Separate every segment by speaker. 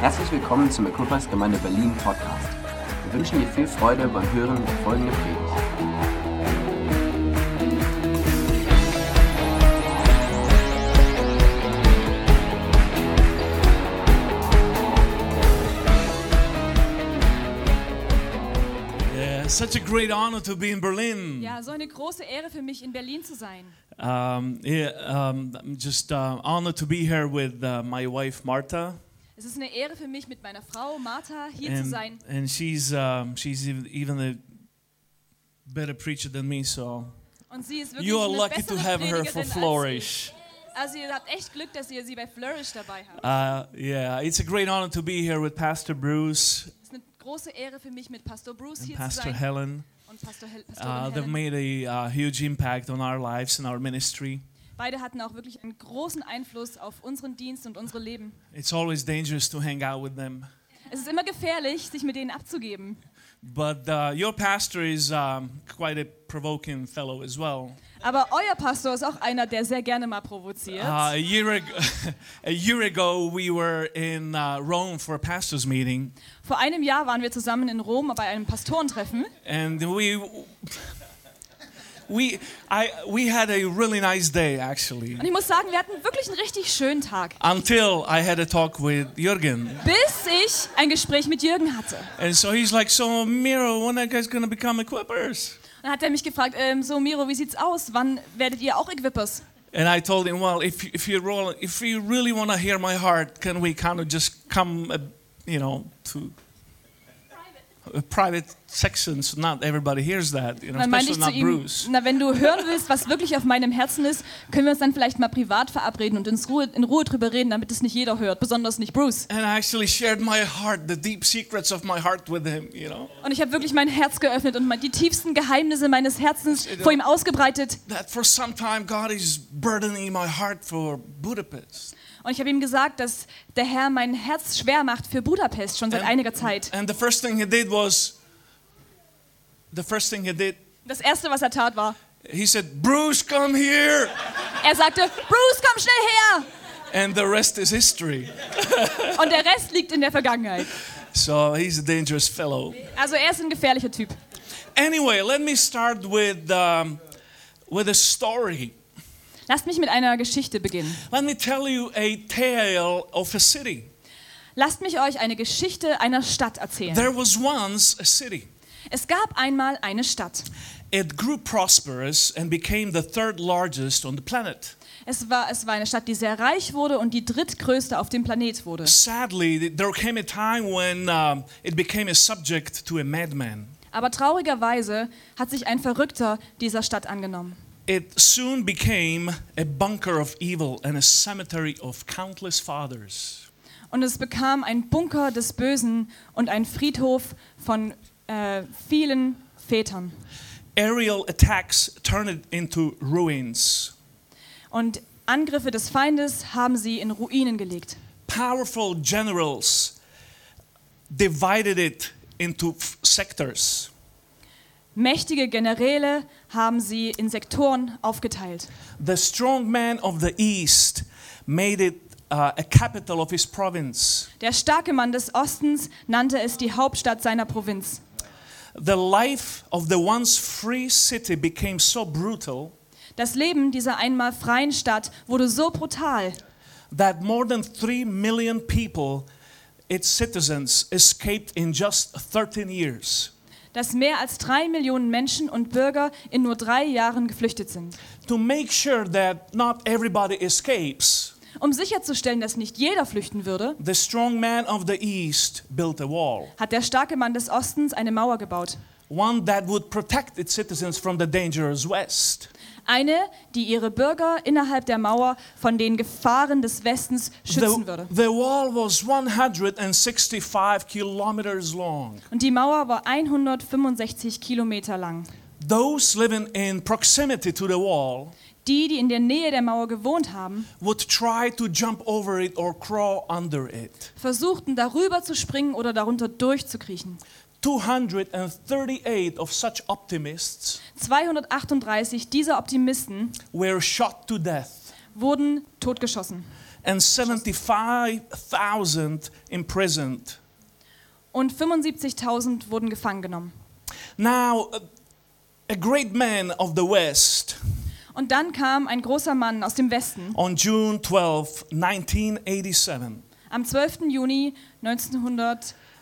Speaker 1: Herzlich willkommen zum Equippers Gemeinde Berlin Podcast. Wir wünschen dir viel Freude beim Hören der folgenden Predigt.
Speaker 2: Yeah, such a great honor to be in Berlin.
Speaker 3: Ja, so eine große Ehre für mich, in Berlin zu sein.
Speaker 2: Um, yeah, um, I'm just uh, honored to be here with uh, my wife Marta,
Speaker 3: Es ist eine Ehre für mich, mit meiner Frau Martha hier zu
Speaker 2: and,
Speaker 3: sein.
Speaker 2: and she's um, she's ev- even a better preacher than me. So
Speaker 3: Und sie ist wirklich
Speaker 2: you are
Speaker 3: eine
Speaker 2: lucky to
Speaker 3: bessere
Speaker 2: have her
Speaker 3: Predigerin
Speaker 2: for
Speaker 3: als ich.
Speaker 2: Flourish.
Speaker 3: Also ihr habt echt Glück, dass ihr sie bei Flourish dabei habt.
Speaker 2: Uh, yeah, it's a great honor to be here with Pastor Bruce
Speaker 3: Es ist eine große Ehre für mich, mit Pastor Bruce
Speaker 2: and
Speaker 3: hier
Speaker 2: Pastor
Speaker 3: zu sein
Speaker 2: Helen.
Speaker 3: und Pastor Hel Pastorin
Speaker 2: Uh, they've
Speaker 3: Helen.
Speaker 2: made a uh, huge impact on our lives and our ministry.
Speaker 3: Beide hatten auch wirklich einen großen Einfluss auf unseren Dienst und unsere Leben.
Speaker 2: It's always dangerous to hang out with them,
Speaker 3: Es ist immer gefährlich, sich mit denen abzugeben.
Speaker 2: but uh, your pastor is um, quite a provoking fellow as well.
Speaker 3: Aber euer Pastor ist auch einer, der sehr gerne mal provoziert.
Speaker 2: Uh, a year ago, a year ago, we were in uh, Rome for a pastors' meeting,
Speaker 3: Vor einem Jahr waren wir zusammen in Rom bei einem Pastorentreffen.
Speaker 2: and we we I we had a really nice day actually
Speaker 3: Und ich muss sagen, wir hatten wirklich einen richtig schönen Tag.
Speaker 2: until I had a talk with Jürgen,
Speaker 3: bis ich ein Gespräch mit Jürgen hatte. Und
Speaker 2: and so he's like, "So Miro, when are you guys gonna become equippers?"
Speaker 3: Dann hat er mich gefragt, ähm, so Miro, wie sieht's aus? Wann werdet ihr auch Equippers?
Speaker 2: And I told him, "Well, if if you roll, if you really want to hear my heart, can we kind of just come, uh, you know, to." A private section, so not everybody hears that, you know,
Speaker 3: Und dann meinte
Speaker 2: especially
Speaker 3: ich zu
Speaker 2: not
Speaker 3: ihm,
Speaker 2: Bruce.
Speaker 3: na wenn du hören willst, was wirklich auf meinem Herzen ist, können wir uns dann vielleicht mal privat verabreden und ins Ruhe, in Ruhe drüber reden, damit es nicht jeder hört, besonders nicht Bruce.
Speaker 2: And I actually shared my heart, the deep secrets of my heart with him, you know.
Speaker 3: Und ich habe wirklich mein Herz geöffnet und mein- die tiefsten Geheimnisse meines Herzens vor ihm ausgebreitet.
Speaker 2: That for some time God is burdening my heart for Budapest.
Speaker 3: Und ich habe ihm gesagt, dass der Herr mein Herz schwer macht für Budapest schon seit einiger Zeit.
Speaker 2: And the first thing he did was the first thing he did,
Speaker 3: Das Erste, was er tat, war,
Speaker 2: he said, "Bruce, come here."
Speaker 3: er sagte, Bruce, komm schnell
Speaker 2: And the rest is history.
Speaker 3: her! Und der Rest liegt in der Vergangenheit.
Speaker 2: So he's a dangerous fellow.
Speaker 3: Also er ist ein gefährlicher Typ.
Speaker 2: Anyway, let me start with um, with a story.
Speaker 3: Lasst mich mit einer Geschichte beginnen.
Speaker 2: Let me tell you a tale of a city.
Speaker 3: Lasst mich euch eine Geschichte einer Stadt erzählen.
Speaker 2: There was once a city.
Speaker 3: Es gab einmal eine Stadt.
Speaker 2: It grew prosperous and became the third largest on the planet.
Speaker 3: Es war, es war eine Stadt, die sehr reich wurde und die drittgrößte auf dem Planet wurde.
Speaker 2: Sadly, th- there came a time when um, it became a subject to a madman.
Speaker 3: Aber traurigerweise hat sich ein Verrückter dieser Stadt angenommen.
Speaker 2: It soon became a bunker of evil and a cemetery of countless fathers.
Speaker 3: Und es bekam einen Bunker des Bösen und einen Friedhof von äh, vielen Vätern.
Speaker 2: Aerial attacks turned it into ruins.
Speaker 3: Und Angriffe des Feindes haben sie in Ruinen gelegt.
Speaker 2: Powerful generals divided it into f- sectors.
Speaker 3: Mächtige Generäle haben sie in Sektoren aufgeteilt.
Speaker 2: The strong man of the east made it uh, a capital of his province.
Speaker 3: Der starke Mann des Ostens nannte es die Hauptstadt seiner Provinz.
Speaker 2: The life of the once free city became so brutal
Speaker 3: Das Leben dieser einmal freien Stadt wurde so brutal,
Speaker 2: that more than 3 million people, its citizens, escaped in just 13 years.
Speaker 3: dass mehr als drei Millionen Menschen und Bürger in nur drei Jahren geflüchtet sind.
Speaker 2: To make sure that not everybody escapes,
Speaker 3: Um sicherzustellen, dass nicht jeder flüchten würde,
Speaker 2: the strong man of the east built a wall,
Speaker 3: hat der starke Mann des Ostens eine Mauer gebaut.
Speaker 2: one that would protect its citizens from the dangerous west.
Speaker 3: Eine, die ihre Bürger innerhalb der Mauer von den Gefahren des Westens schützen
Speaker 2: The,
Speaker 3: würde.
Speaker 2: the wall was 165 kilometers long.
Speaker 3: Und die Mauer war 165 Kilometer lang.
Speaker 2: Those living in proximity to the wall
Speaker 3: Die, die in der Nähe der Mauer gewohnt haben,
Speaker 2: would try to jump over it or crawl under it.
Speaker 3: versuchten darüber zu springen oder darunter durchzukriechen.
Speaker 2: 238 of such optimists
Speaker 3: 238 dieser Optimisten
Speaker 2: were shot to death,
Speaker 3: wurden totgeschossen.
Speaker 2: and 75,000 imprisoned.
Speaker 3: und 75.000 wurden gefangen genommen.
Speaker 2: Now, a- a great man of the West
Speaker 3: Und dann kam ein großer Mann aus dem Westen
Speaker 2: on June 12, 1987,
Speaker 3: am 12. Juni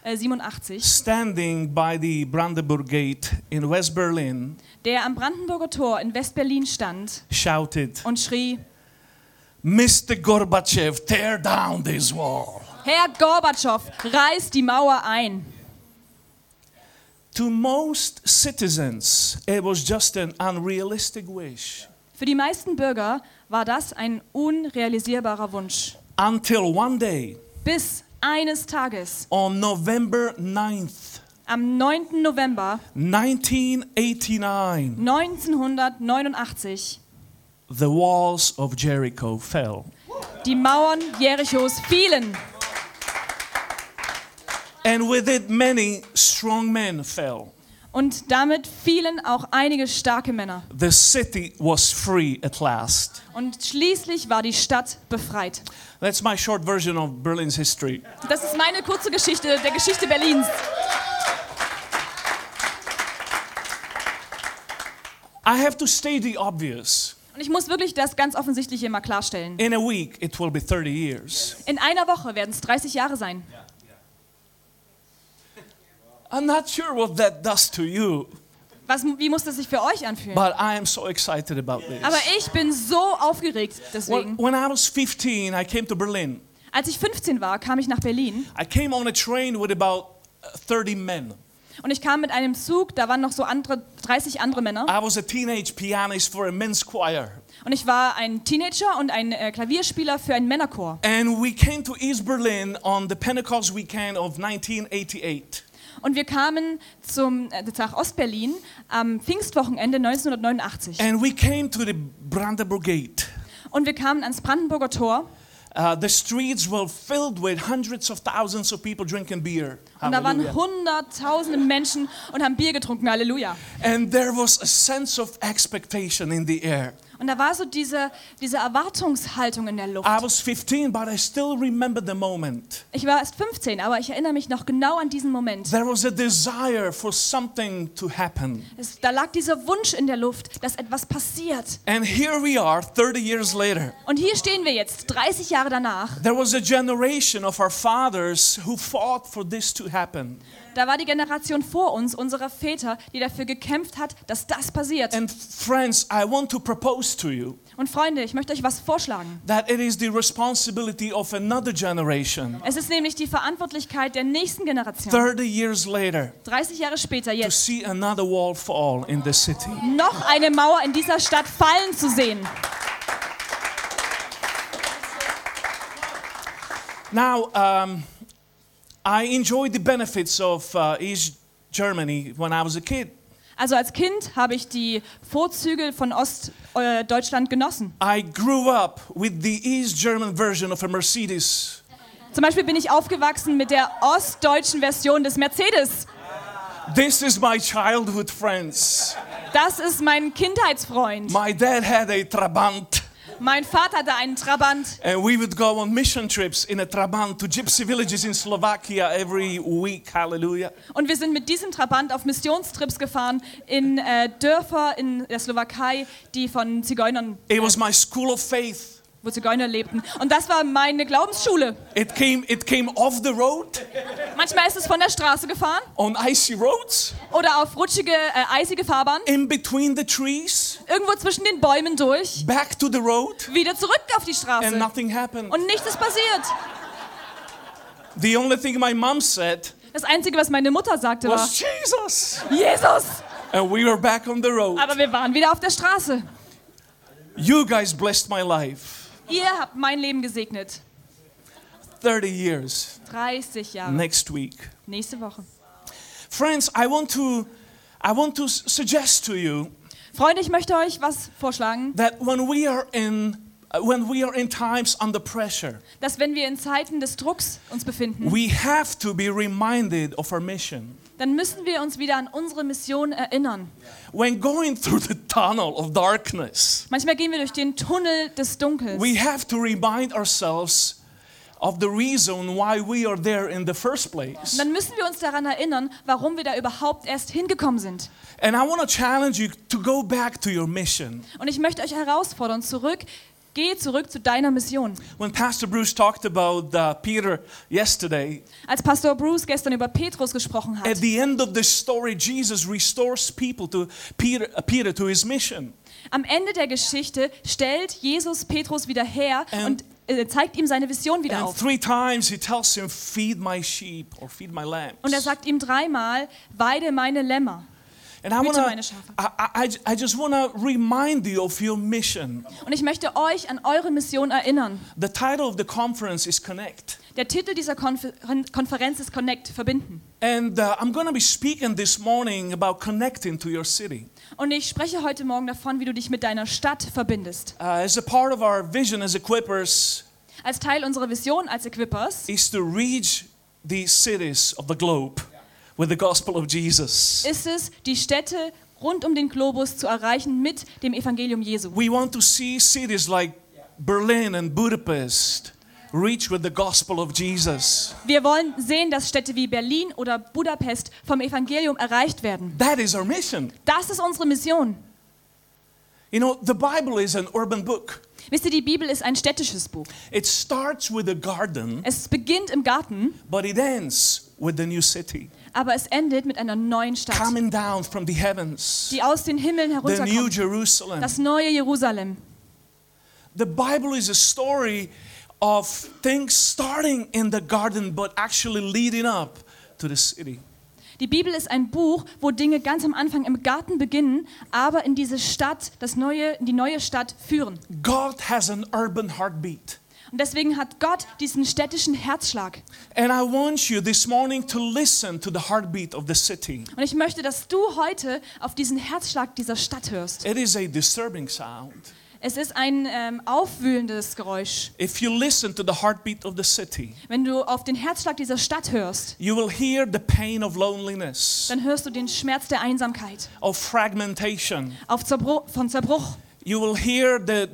Speaker 3: 1987,
Speaker 2: standing by the Brandenburg Gate in West Berlin,
Speaker 3: der am Brandenburger Tor in Westberlin stand
Speaker 2: shouted,
Speaker 3: und schrie:
Speaker 2: Mr. Gorbachev, tear down this wall.
Speaker 3: Herr Gorbatschow, reiß die Mauer ein!
Speaker 2: To most citizens, it was just an unrealistic wish.
Speaker 3: Für die meisten Bürger war das ein unrealisierbarer Wunsch.
Speaker 2: Until one day,
Speaker 3: Bis eines Tages,
Speaker 2: on November 9th,
Speaker 3: am 9. November
Speaker 2: 1989,
Speaker 3: 1989,
Speaker 2: the walls of Jericho fell.
Speaker 3: die Mauern Jerichos fielen.
Speaker 2: And with it, many strong men fell.
Speaker 3: Und damit fielen auch einige starke Männer.
Speaker 2: The city was free at last.
Speaker 3: Und schließlich war die Stadt befreit.
Speaker 2: That's my short version of Berlin's history.
Speaker 3: Das ist meine kurze Geschichte der Geschichte Berlins.
Speaker 2: I have to state the obvious.
Speaker 3: Und ich muss wirklich das ganz Offensichtliche mal klarstellen.
Speaker 2: In a week, it will be 30 years.
Speaker 3: In einer Woche werden es 30 Jahre sein.
Speaker 2: I'm not sure what that does to you,
Speaker 3: Was, wie muss das sich für euch anfühlen?
Speaker 2: but I am so excited about this.
Speaker 3: Aber ich bin so aufgeregt
Speaker 2: Well,
Speaker 3: deswegen.
Speaker 2: when I was 15, I came to Berlin.
Speaker 3: Als ich 15 war, kam ich nach Berlin
Speaker 2: I came on a train with about uh, 30 men.
Speaker 3: und ich kam mit einem Zug, da waren noch so andere 30 andere Männer
Speaker 2: I was a teenage pianist for a men's choir.
Speaker 3: und ich war ein Teenager und ein äh, Klavierspieler für einen Männerchor.
Speaker 2: And we came to East Berlin on the Pentecost weekend of 1988.
Speaker 3: Und wir kamen zum äh, nach Ostberlin am Pfingstwochenende 1989
Speaker 2: And we came to the Brandenburg Gate.
Speaker 3: und wir kamen ans Brandenburger Tor
Speaker 2: Uh, the streets were filled with hundreds of thousands of people drinking beer.
Speaker 3: und da waren
Speaker 2: Hallelujah.
Speaker 3: hunderttausende Menschen und haben Bier getrunken, Halleluja.
Speaker 2: And there was a sense of expectation in the air.
Speaker 3: Und da war so diese, diese Erwartungshaltung in der Luft.
Speaker 2: I was 15, but I still remember the moment.
Speaker 3: Ich war erst 15, aber ich erinnere mich noch genau an diesen Moment.
Speaker 2: There was a desire for something to happen.
Speaker 3: Es, da lag dieser Wunsch in der Luft, dass etwas passiert.
Speaker 2: And here we are 30 years later.
Speaker 3: Und hier stehen wir jetzt, 30 Jahre danach.
Speaker 2: There was a generation of our fathers who fought for this to happen.
Speaker 3: Da war die Generation vor uns, unserer Väter, die dafür gekämpft hat, dass das passiert.
Speaker 2: And friends, I want to propose to you
Speaker 3: Und Freunde, ich möchte euch was vorschlagen.
Speaker 2: that it is the responsibility of another generation
Speaker 3: Es ist nämlich die Verantwortlichkeit der nächsten Generation,
Speaker 2: 30 years later
Speaker 3: 30 Jahre später
Speaker 2: to
Speaker 3: jetzt,
Speaker 2: see another wall fall in the city.
Speaker 3: noch eine Mauer in dieser Stadt fallen zu sehen.
Speaker 2: Now, um, I enjoyed the benefits of uh, East Germany when I was a kid.
Speaker 3: Also als Kind habe ich die Vorzüge von Ostdeutschland genossen.
Speaker 2: I grew up with the East German version of a Mercedes.
Speaker 3: Zum Beispiel bin ich aufgewachsen mit der ostdeutschen Version des Mercedes.
Speaker 2: This is my childhood, friends.
Speaker 3: Das ist mein Kindheitsfreund.
Speaker 2: My dad had a Trabant,
Speaker 3: Mein Vater hatte einen Trabant
Speaker 2: and we would go on mission trips in a Trabant to gypsy villages in Slovakia every week. Hallelujah.
Speaker 3: und wir sind mit diesem Trabant auf Missionstrips gefahren in äh, Dörfer in der Slowakei, die von Zigeunern,
Speaker 2: It was my school of faith.
Speaker 3: wo Zigeuner lebten. Und das war meine Glaubensschule.
Speaker 2: It came, it came off the road
Speaker 3: Manchmal ist es von der Straße gefahren
Speaker 2: on icy roads,
Speaker 3: oder auf rutschige, äh, eisige Fahrbahn,
Speaker 2: in between the trees,
Speaker 3: irgendwo zwischen den Bäumen durch,
Speaker 2: back to the road,
Speaker 3: wieder zurück auf die
Speaker 2: and
Speaker 3: Straße.
Speaker 2: nothing happened.
Speaker 3: Und nichts ist passiert.
Speaker 2: The only thing my mom said
Speaker 3: Das Einzige, was meine Mutter sagte, war,
Speaker 2: was Jesus.
Speaker 3: Jesus!
Speaker 2: And we were back on the road.
Speaker 3: Aber wir waren wieder auf der Straße.
Speaker 2: You guys blessed my life.
Speaker 3: Ihr habt mein Leben gesegnet.
Speaker 2: 30 years
Speaker 3: 30 Jahre.
Speaker 2: next week.
Speaker 3: Nächste Woche.
Speaker 2: Friends, I want to I want to s- suggest to you
Speaker 3: Freunde, ich möchte euch was vorschlagen,
Speaker 2: that when we are in uh, when we are in times under pressure,
Speaker 3: dass wenn wir in Zeiten des Drucks uns befinden,
Speaker 2: we have to be reminded of our mission.
Speaker 3: dann müssen wir uns wieder an unsere Mission erinnern.
Speaker 2: When going through the tunnel of darkness,
Speaker 3: Manchmal gehen wir durch den Tunnel des Dunkels.
Speaker 2: we have to remind ourselves of the reason why we are there in the first place.
Speaker 3: dann müssen wir uns daran erinnern, warum wir da überhaupt erst hingekommen sind.
Speaker 2: And I want to challenge you to go back to your mission.
Speaker 3: Und ich möchte euch herausfordern, zurück, geh zurück zu deiner Mission.
Speaker 2: When Pastor Bruce talked about uh, Peter yesterday,
Speaker 3: Als Pastor Bruce gestern über Petrus gesprochen
Speaker 2: at
Speaker 3: hat,
Speaker 2: the end of this story, Jesus restores people to Peter, uh, Peter to his mission.
Speaker 3: am Ende der Geschichte stellt Jesus Petrus wieder her
Speaker 2: And-
Speaker 3: und äh, zeigt ihm seine Vision wieder
Speaker 2: And
Speaker 3: auf.
Speaker 2: three times he tells him, "Feed my sheep" or "Feed my lambs."
Speaker 3: Und er sagt ihm dreimal, weide meine Lämmer.
Speaker 2: and I
Speaker 3: "Hüte
Speaker 2: wanna,
Speaker 3: meine Schafe."
Speaker 2: I, I, I just want to remind you of your mission.
Speaker 3: Und ich möchte euch an eure Mission erinnern.
Speaker 2: The title of the conference is "Connect,"
Speaker 3: Der Titel dieser Konfer Konferenz ist Connect, verbinden.
Speaker 2: and uh, I'm going to be speaking this morning about connecting to your city
Speaker 3: Und ich spreche heute Morgen davon, wie du dich mit deiner Stadt verbindest.
Speaker 2: uh, as a part of our vision as equippers
Speaker 3: Als Teil unserer Vision als Equippers
Speaker 2: is to reach the cities of the globe with the gospel of Jesus.
Speaker 3: ist es, die Städte rund um den Globus zu erreichen mit dem Evangelium Jesu.
Speaker 2: We want to see cities like Berlin and Budapest reach with the gospel of Jesus.
Speaker 3: Wir wollen sehen, dass Städte wie Berlin oder Budapest vom Evangelium erreicht werden.
Speaker 2: That is our mission.
Speaker 3: Das ist unsere Mission.
Speaker 2: You know, the Bible is an urban book.
Speaker 3: Wisst ihr, die Bibel ist ein städtisches Buch.
Speaker 2: It starts with a garden,
Speaker 3: Es beginnt im Garten,
Speaker 2: but it ends with the new city
Speaker 3: aber es endet mit einer neuen Stadt,
Speaker 2: coming down from the heavens,
Speaker 3: die aus den Himmeln
Speaker 2: the new
Speaker 3: herunterkommt.
Speaker 2: Jerusalem.
Speaker 3: Das neue Jerusalem.
Speaker 2: The Bible is a story of things starting in the garden, but actually leading up to the city.
Speaker 3: Die Bibel ist ein Buch, wo Dinge ganz am Anfang im Garten beginnen, aber in diese Stadt, das neue, in die neue Stadt führen.
Speaker 2: God has an urban heartbeat.
Speaker 3: Und deswegen hat Gott diesen städtischen Herzschlag.
Speaker 2: And I want you this morning to listen to the heartbeat of the city.
Speaker 3: Und ich möchte, dass du heute auf diesen Herzschlag dieser Stadt hörst.
Speaker 2: It is a disturbing sound.
Speaker 3: Es ist ein ähm, aufwühlendes Geräusch.
Speaker 2: If you listen to the heartbeat of the city,
Speaker 3: Wenn du auf den Herzschlag dieser Stadt hörst,
Speaker 2: you will hear the pain of loneliness,
Speaker 3: dann hörst du den Schmerz der Einsamkeit,
Speaker 2: of fragmentation.
Speaker 3: auf Zerbru von Zerbruch.
Speaker 2: You will hear the,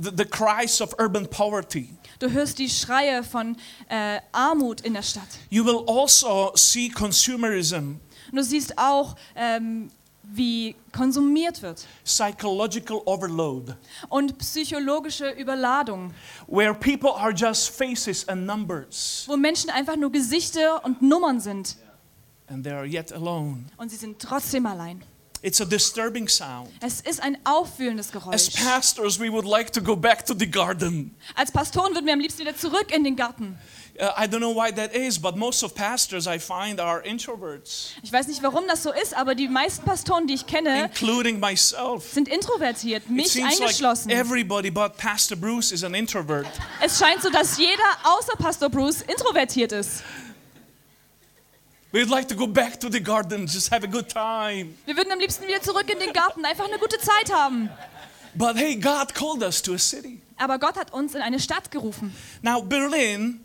Speaker 2: the, the cries of urban poverty.
Speaker 3: Du hörst die Schreie von äh, Armut in der Stadt.
Speaker 2: You will also see consumerism,
Speaker 3: Und du siehst auch, ähm, wie konsumiert wird.
Speaker 2: psychological overload,
Speaker 3: und psychologische Überladung,
Speaker 2: where people are just faces and numbers,
Speaker 3: wo Menschen einfach nur Gesichter und Nummern sind
Speaker 2: and they are yet alone.
Speaker 3: und sie sind trotzdem allein.
Speaker 2: It's a disturbing sound.
Speaker 3: Es ist ein aufwühlendes
Speaker 2: As
Speaker 3: Geräusch.
Speaker 2: pastors, we would like to go back to the garden.
Speaker 3: Als Pastoren würden wir am liebsten wieder zurück in den Garten.
Speaker 2: Uh, I don't know why that is, but most of pastors I find are introverts,
Speaker 3: Ich weiß nicht, warum das so ist, aber die meisten Pastoren, die ich kenne,
Speaker 2: including myself.
Speaker 3: sind introvertiert,
Speaker 2: It
Speaker 3: mich
Speaker 2: seems like
Speaker 3: eingeschlossen.
Speaker 2: everybody but Pastor Bruce is an introvert.
Speaker 3: Es scheint so, dass jeder außer Pastor Bruce introvertiert ist.
Speaker 2: We'd like to go back to the garden, just have a good time.
Speaker 3: Wir würden am liebsten wieder zurück in den Garten, einfach eine gute Zeit haben.
Speaker 2: But hey, God called us to a city.
Speaker 3: Aber Gott hat uns in eine Stadt gerufen.
Speaker 2: Now, Berlin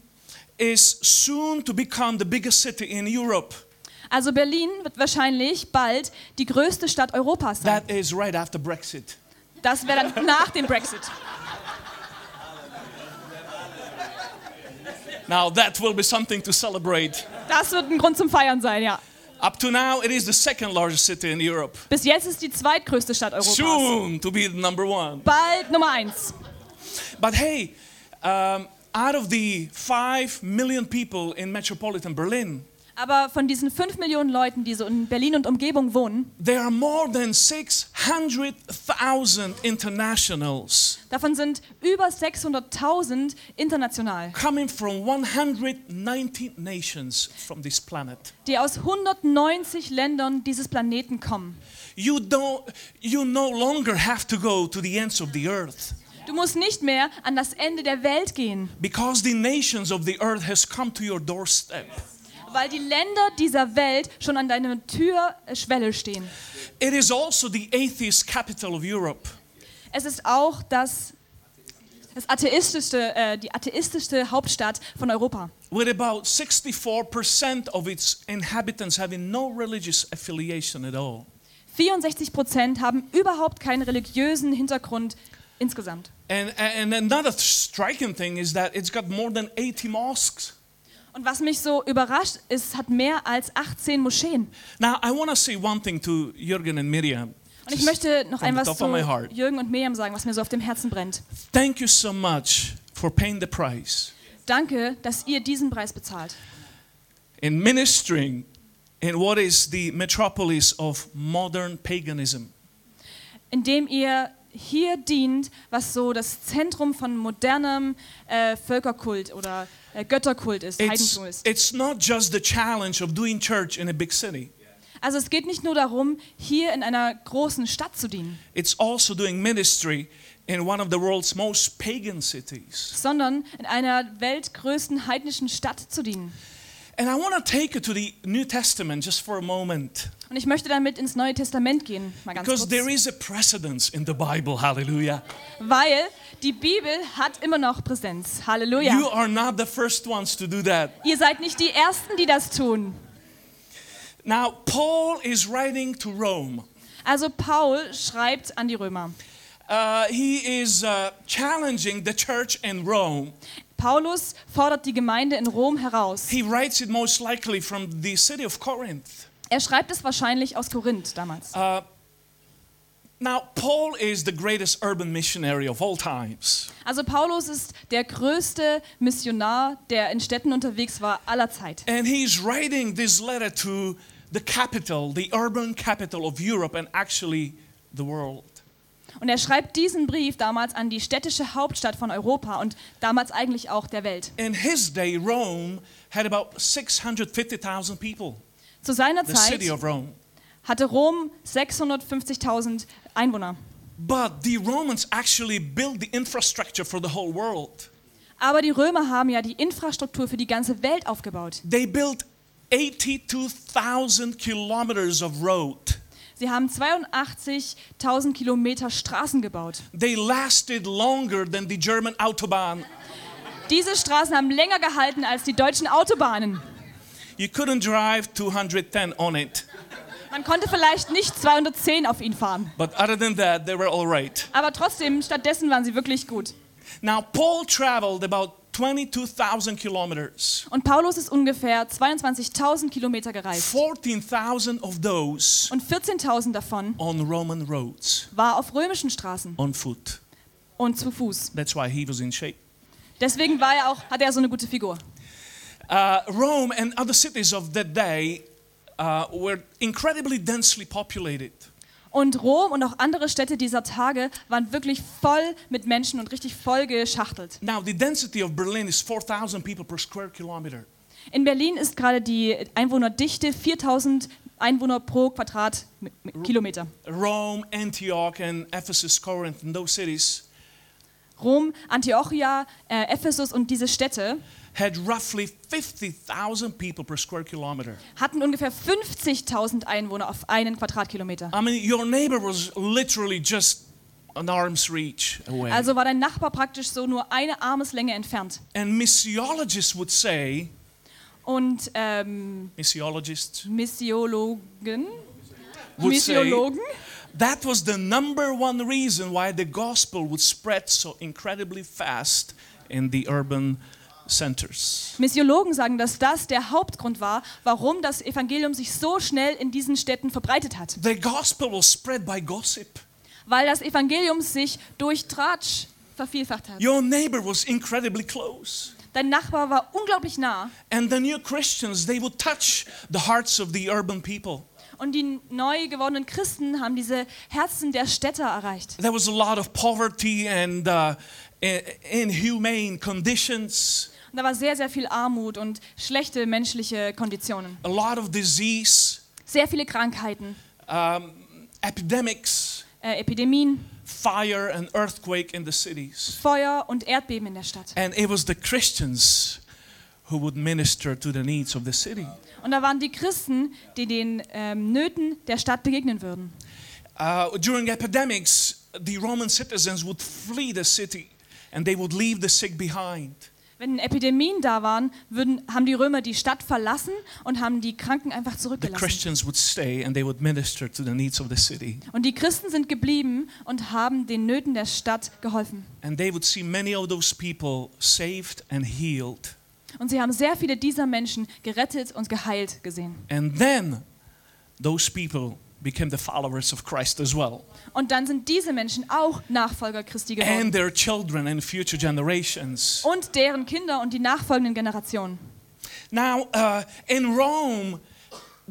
Speaker 2: is soon to become the biggest city in Europe.
Speaker 3: Also Berlin wird wahrscheinlich bald die größte Stadt Europas sein.
Speaker 2: That is right after Brexit.
Speaker 3: Das wäre dann nach dem Brexit.
Speaker 2: Now, that will be something to celebrate.
Speaker 3: Das wird ein Grund zum Feiern sein, ja.
Speaker 2: Up to now, it is the second largest city in Europe.
Speaker 3: Bis jetzt ist die zweitgrößte Stadt Europas.
Speaker 2: Soon to be the number one.
Speaker 3: Bald Nummer eins.
Speaker 2: But hey, um, out of the 5 million people in metropolitan Berlin,
Speaker 3: Aber von diesen 5 Millionen Leuten, die so in Berlin und Umgebung wohnen,
Speaker 2: there are more than 600,000 internationals
Speaker 3: davon sind über 600.000 international,
Speaker 2: coming from 190 nations from this planet.
Speaker 3: die aus 190 Ländern dieses Planeten kommen.
Speaker 2: You, don't, you no longer have to go to the ends of the earth
Speaker 3: Du musst nicht mehr an das Ende der Welt gehen,
Speaker 2: because the nations of the earth has come to your doorstep.
Speaker 3: weil die Länder dieser Welt schon an deiner Türschwelle stehen.
Speaker 2: It is also the atheist capital of Europe.
Speaker 3: Es ist auch das das atheistischste, äh, die atheistischste Hauptstadt von Europa.
Speaker 2: with about 64% of its inhabitants having no religious affiliation at all.
Speaker 3: 64 Prozent haben überhaupt keinen religiösen Hintergrund insgesamt.
Speaker 2: And, and another striking thing is that it's got more than 80 mosques.
Speaker 3: Und was mich so überrascht, es hat mehr als 18 Moscheen.
Speaker 2: Now, I want to say one thing to Jürgen and Miriam.
Speaker 3: Und ich möchte noch
Speaker 2: From
Speaker 3: ein
Speaker 2: the
Speaker 3: was
Speaker 2: top
Speaker 3: zu
Speaker 2: of my heart.
Speaker 3: Jürgen und Miriam sagen, was mir so auf dem Herzen brennt.
Speaker 2: Thank you so much for paying the price
Speaker 3: Danke, dass ihr diesen Preis bezahlt.
Speaker 2: in ministering in what is the metropolis of modern paganism.
Speaker 3: indem ihr hier dient, was so das Zentrum von modernem äh, Völkerkult oder äh, Götterkult ist,
Speaker 2: It's,
Speaker 3: Heidentum ist.
Speaker 2: it's not just the challenge of doing church in a big city,
Speaker 3: Also es geht nicht nur darum, hier in einer großen Stadt zu dienen,
Speaker 2: it's also doing ministry in one of the world's most pagan cities.
Speaker 3: sondern in einer weltgrößten heidnischen Stadt zu dienen.
Speaker 2: And I want to take you to the New Testament just for a moment.
Speaker 3: Und ich möchte damit ins Neue Testament gehen, mal ganz
Speaker 2: Because
Speaker 3: kurz.
Speaker 2: there is a precedence in the Bible, hallelujah.
Speaker 3: Weil die Bibel hat immer noch Präsenz. Halleluja.
Speaker 2: You are not the first ones to do that.
Speaker 3: Ihr seid nicht die Ersten, die das tun.
Speaker 2: Now, Paul is writing to Rome.
Speaker 3: Also Paul schreibt an die Römer.
Speaker 2: Uh, he is uh, challenging the church in Rome.
Speaker 3: Paulus fordert die Gemeinde in Rom heraus.
Speaker 2: He writes it most likely from the city of Corinth.
Speaker 3: Er schreibt es wahrscheinlich aus Korinth damals.
Speaker 2: Ah. Now, Paul is the greatest urban missionary of all times.
Speaker 3: Also Paulus ist der größte Missionar, der in Städten unterwegs war aller Zeit.
Speaker 2: And he's writing this letter to the capital, the urban capital of Europe and actually the world.
Speaker 3: Und er schreibt diesen Brief damals an die städtische Hauptstadt von Europa und damals eigentlich auch der Welt.
Speaker 2: In his day, Rome had about 650,000 people,
Speaker 3: Zu seiner
Speaker 2: the city
Speaker 3: Zeit
Speaker 2: of Rome.
Speaker 3: hatte Rom 650.000 Einwohner.
Speaker 2: But the Romans actually built the infrastructure for the whole world.
Speaker 3: Aber die Römer haben ja die Infrastruktur für die ganze Welt aufgebaut.
Speaker 2: They built 82,000 kilometers of road.
Speaker 3: Sie haben 82.000 Kilometer Straßen gebaut.
Speaker 2: They lasted longer than the German Autobahn.
Speaker 3: Diese Straßen haben länger gehalten als die deutschen Autobahnen.
Speaker 2: You couldn't drive 210 on it.
Speaker 3: Man konnte vielleicht nicht 210 auf ihn fahren.
Speaker 2: But other than that, they were all right.
Speaker 3: Aber trotzdem, stattdessen waren sie wirklich gut.
Speaker 2: Now, Paul traveled about 22,000 kilometers.
Speaker 3: Und Paulus ist ungefähr 22.000 Kilometer gereist.
Speaker 2: 14,000 of those
Speaker 3: Und 14.000 davon
Speaker 2: on Roman roads,
Speaker 3: war auf römischen Straßen
Speaker 2: on foot.
Speaker 3: und zu Fuß.
Speaker 2: That's why he was in shape.
Speaker 3: Deswegen war er auch, hatte er so eine gute Figur.
Speaker 2: Uh, Rome and other cities of that day uh, were incredibly densely populated.
Speaker 3: Und Rom und auch andere Städte dieser Tage waren wirklich voll mit Menschen und richtig voll geschachtelt.
Speaker 2: Now, the density of Berlin is 4,000 people per square kilometer.
Speaker 3: In Berlin ist gerade die Einwohnerdichte 4.000 Einwohner pro Quadratkilometer.
Speaker 2: Rome, Antioch, and Ephesus, Corinth, and those cities
Speaker 3: Rom, Antiochia, äh, Ephesus und diese Städte
Speaker 2: had roughly 50,000 people per square kilometer.
Speaker 3: hatten ungefähr 50.000 Einwohner auf einen Quadratkilometer.
Speaker 2: I mean, your neighbor was literally just an arm's reach away.
Speaker 3: Also war dein Nachbar praktisch so nur eine Armeslänge entfernt.
Speaker 2: and missiologists would say,
Speaker 3: Und ähm,
Speaker 2: missiologists
Speaker 3: Missiologen,
Speaker 2: would say,
Speaker 3: Missiologen
Speaker 2: That was the number one reason why the gospel would spread so incredibly fast in the urban centers.
Speaker 3: Missiologen sagen, dass das der Hauptgrund war, warum das Evangelium sich so schnell in diesen Städten verbreitet hat.
Speaker 2: The gospel was spread by gossip.
Speaker 3: Weil das Evangelium sich durch Tratsch vervielfacht hat.
Speaker 2: Your neighbor was incredibly close.
Speaker 3: Dein Nachbar war unglaublich nah
Speaker 2: And the new Christians, they would touch the hearts of the urban people.
Speaker 3: und die neu gewordenen Christen haben diese Herzen der Städter erreicht.
Speaker 2: There was a lot of poverty and uh, i- inhumane conditions,
Speaker 3: Und da war sehr, sehr viel Armut und schlechte menschliche Konditionen.
Speaker 2: a lot of disease,
Speaker 3: Sehr viele Krankheiten,
Speaker 2: epidemics,
Speaker 3: äh, Epidemien,
Speaker 2: fire, and earthquake in the cities.
Speaker 3: Feuer und Erdbeben in der Stadt.
Speaker 2: And it was the Christians who would minister to the needs of the city.
Speaker 3: Und da waren die Christen, die den ähm, Nöten der Stadt begegnen würden.
Speaker 2: Uh, during epidemics, the Roman citizens would flee the city and they would leave the sick behind.
Speaker 3: Wenn Epidemien da waren, würden, haben die Römer die Stadt verlassen und haben die Kranken einfach
Speaker 2: The
Speaker 3: zurückgelassen.
Speaker 2: Christians would stay and they would minister to the needs of the city.
Speaker 3: Und die Christen sind geblieben und haben den Nöten der Stadt geholfen.
Speaker 2: And they would see many of those people saved and healed.
Speaker 3: Und sie haben sehr viele dieser Menschen gerettet und geheilt gesehen.
Speaker 2: And then those people became the followers of Christ as well.
Speaker 3: Und dann sind diese Menschen auch Nachfolger Christi geworden.
Speaker 2: And their children and future generations.
Speaker 3: und deren Kinder und die nachfolgenden Generationen.
Speaker 2: Now, uh, in Rome,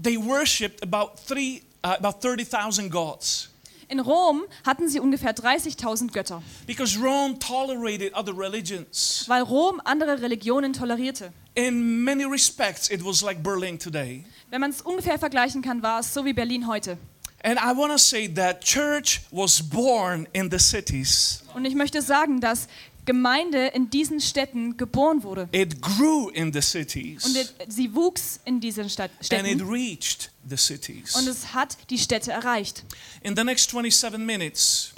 Speaker 2: they worshipped about, three, uh, about 30,000 gods
Speaker 3: In Rom hatten sie ungefähr 30.000 Götter,
Speaker 2: because Rome tolerated other religions.
Speaker 3: weil Rom andere Religionen tolerierte.
Speaker 2: In many respects, it was like Berlin today.
Speaker 3: Wenn man es ungefähr vergleichen kann, war es so wie Berlin heute.
Speaker 2: And I want to say that church was born in the cities.
Speaker 3: Und ich möchte sagen, dass Gemeinde in diesen Städten geboren wurde.
Speaker 2: It grew in the
Speaker 3: Und
Speaker 2: cities.
Speaker 3: it- sie wuchs in diesen Stadt
Speaker 2: And it
Speaker 3: Städten.
Speaker 2: reached the
Speaker 3: Und
Speaker 2: cities.
Speaker 3: es hat die Städte erreicht.
Speaker 2: In the next 27 minutes,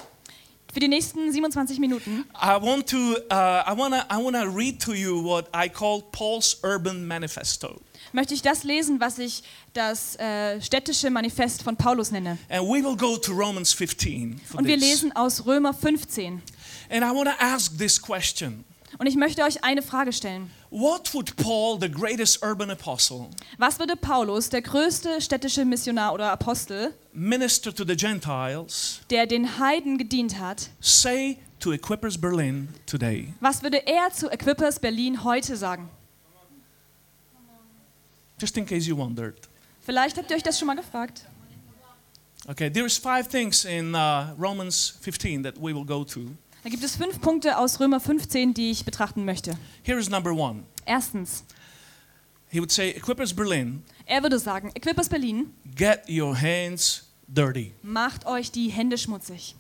Speaker 3: Für die nächsten 27 Minuten
Speaker 2: I want to uh, I wanna I wanna read to you what I call Paul's Urban Manifesto.
Speaker 3: möchte ich das lesen, was ich das äh, städtische Manifest von Paulus nenne.
Speaker 2: And we will go to Romans 15 for
Speaker 3: Und wir
Speaker 2: this.
Speaker 3: lesen aus Römer 15.
Speaker 2: And I want to ask this question.
Speaker 3: Und ich möchte euch eine Frage stellen.
Speaker 2: What would Paul, the greatest urban apostle,
Speaker 3: Was würde Paulus, der größte städtische Missionar oder Apostel,
Speaker 2: minister to the Gentiles,
Speaker 3: der den Heiden gedient hat,
Speaker 2: say to Equippers Berlin today?
Speaker 3: was würde er zu Equippers Berlin heute sagen?
Speaker 2: Just in case you wondered.
Speaker 3: Vielleicht habt ihr euch das schon mal gefragt.
Speaker 2: Okay, there is five things in uh, Romans 15 that we will go to.
Speaker 3: Da gibt es fünf Punkte aus Römer 15, die ich betrachten möchte.
Speaker 2: Here is number one.
Speaker 3: Erstens,
Speaker 2: He would say, Equippers Berlin,
Speaker 3: er würde sagen, Equippers Berlin,
Speaker 2: get your hands dirty.
Speaker 3: macht euch die Hände schmutzig.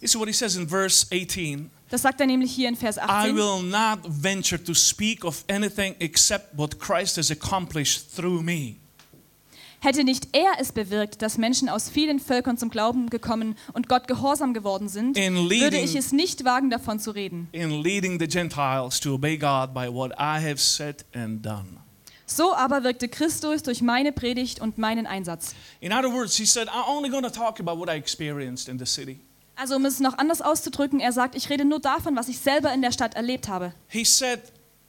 Speaker 2: This is what he says in verse 18.
Speaker 3: Das sagt er nämlich hier in Vers
Speaker 2: I
Speaker 3: 18.
Speaker 2: will not venture to speak of anything except what Christ has accomplished through me.
Speaker 3: Hätte nicht er es bewirkt, dass Menschen aus vielen Völkern zum Glauben gekommen und Gott gehorsam geworden sind,
Speaker 2: In
Speaker 3: würde ich
Speaker 2: leading-
Speaker 3: es nicht wagen, davon zu reden.
Speaker 2: In leading the Gentiles to obey God by what I have said and done.
Speaker 3: So aber wirkte Christus durch meine Predigt und meinen Einsatz.
Speaker 2: In other words, he said, I'm only going to talk about what I experienced in the city.
Speaker 3: Also um es noch anders auszudrücken, er sagt, ich rede nur davon, was ich selber in der Stadt erlebt habe.
Speaker 2: He said,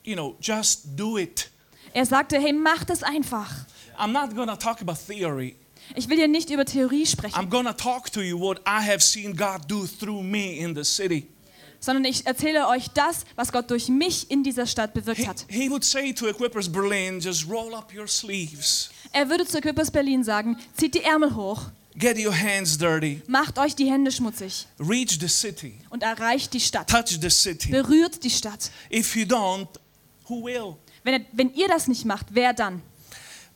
Speaker 2: you know, just do it.
Speaker 3: Er sagte, hey, mach das einfach.
Speaker 2: I'm not going to talk about theory.
Speaker 3: Ich will hier nicht über Theorie sprechen,
Speaker 2: I'm going to talk to you what I have seen God do through me in the city.
Speaker 3: sondern ich erzähle euch das, was Gott durch mich in dieser Stadt
Speaker 2: He,
Speaker 3: bewirkt hat.
Speaker 2: he would say to Equippers Berlin, just roll up your sleeves,
Speaker 3: Er würde zu Küppers Berlin sagen, zieht die Ärmel hoch,
Speaker 2: get your hands dirty,
Speaker 3: macht euch die Hände schmutzig
Speaker 2: reach the city,
Speaker 3: und erreicht die Stadt.
Speaker 2: touch the city.
Speaker 3: Berührt die Stadt.
Speaker 2: If you don't, who will?
Speaker 3: Wenn, er, wenn ihr das nicht macht, wer dann?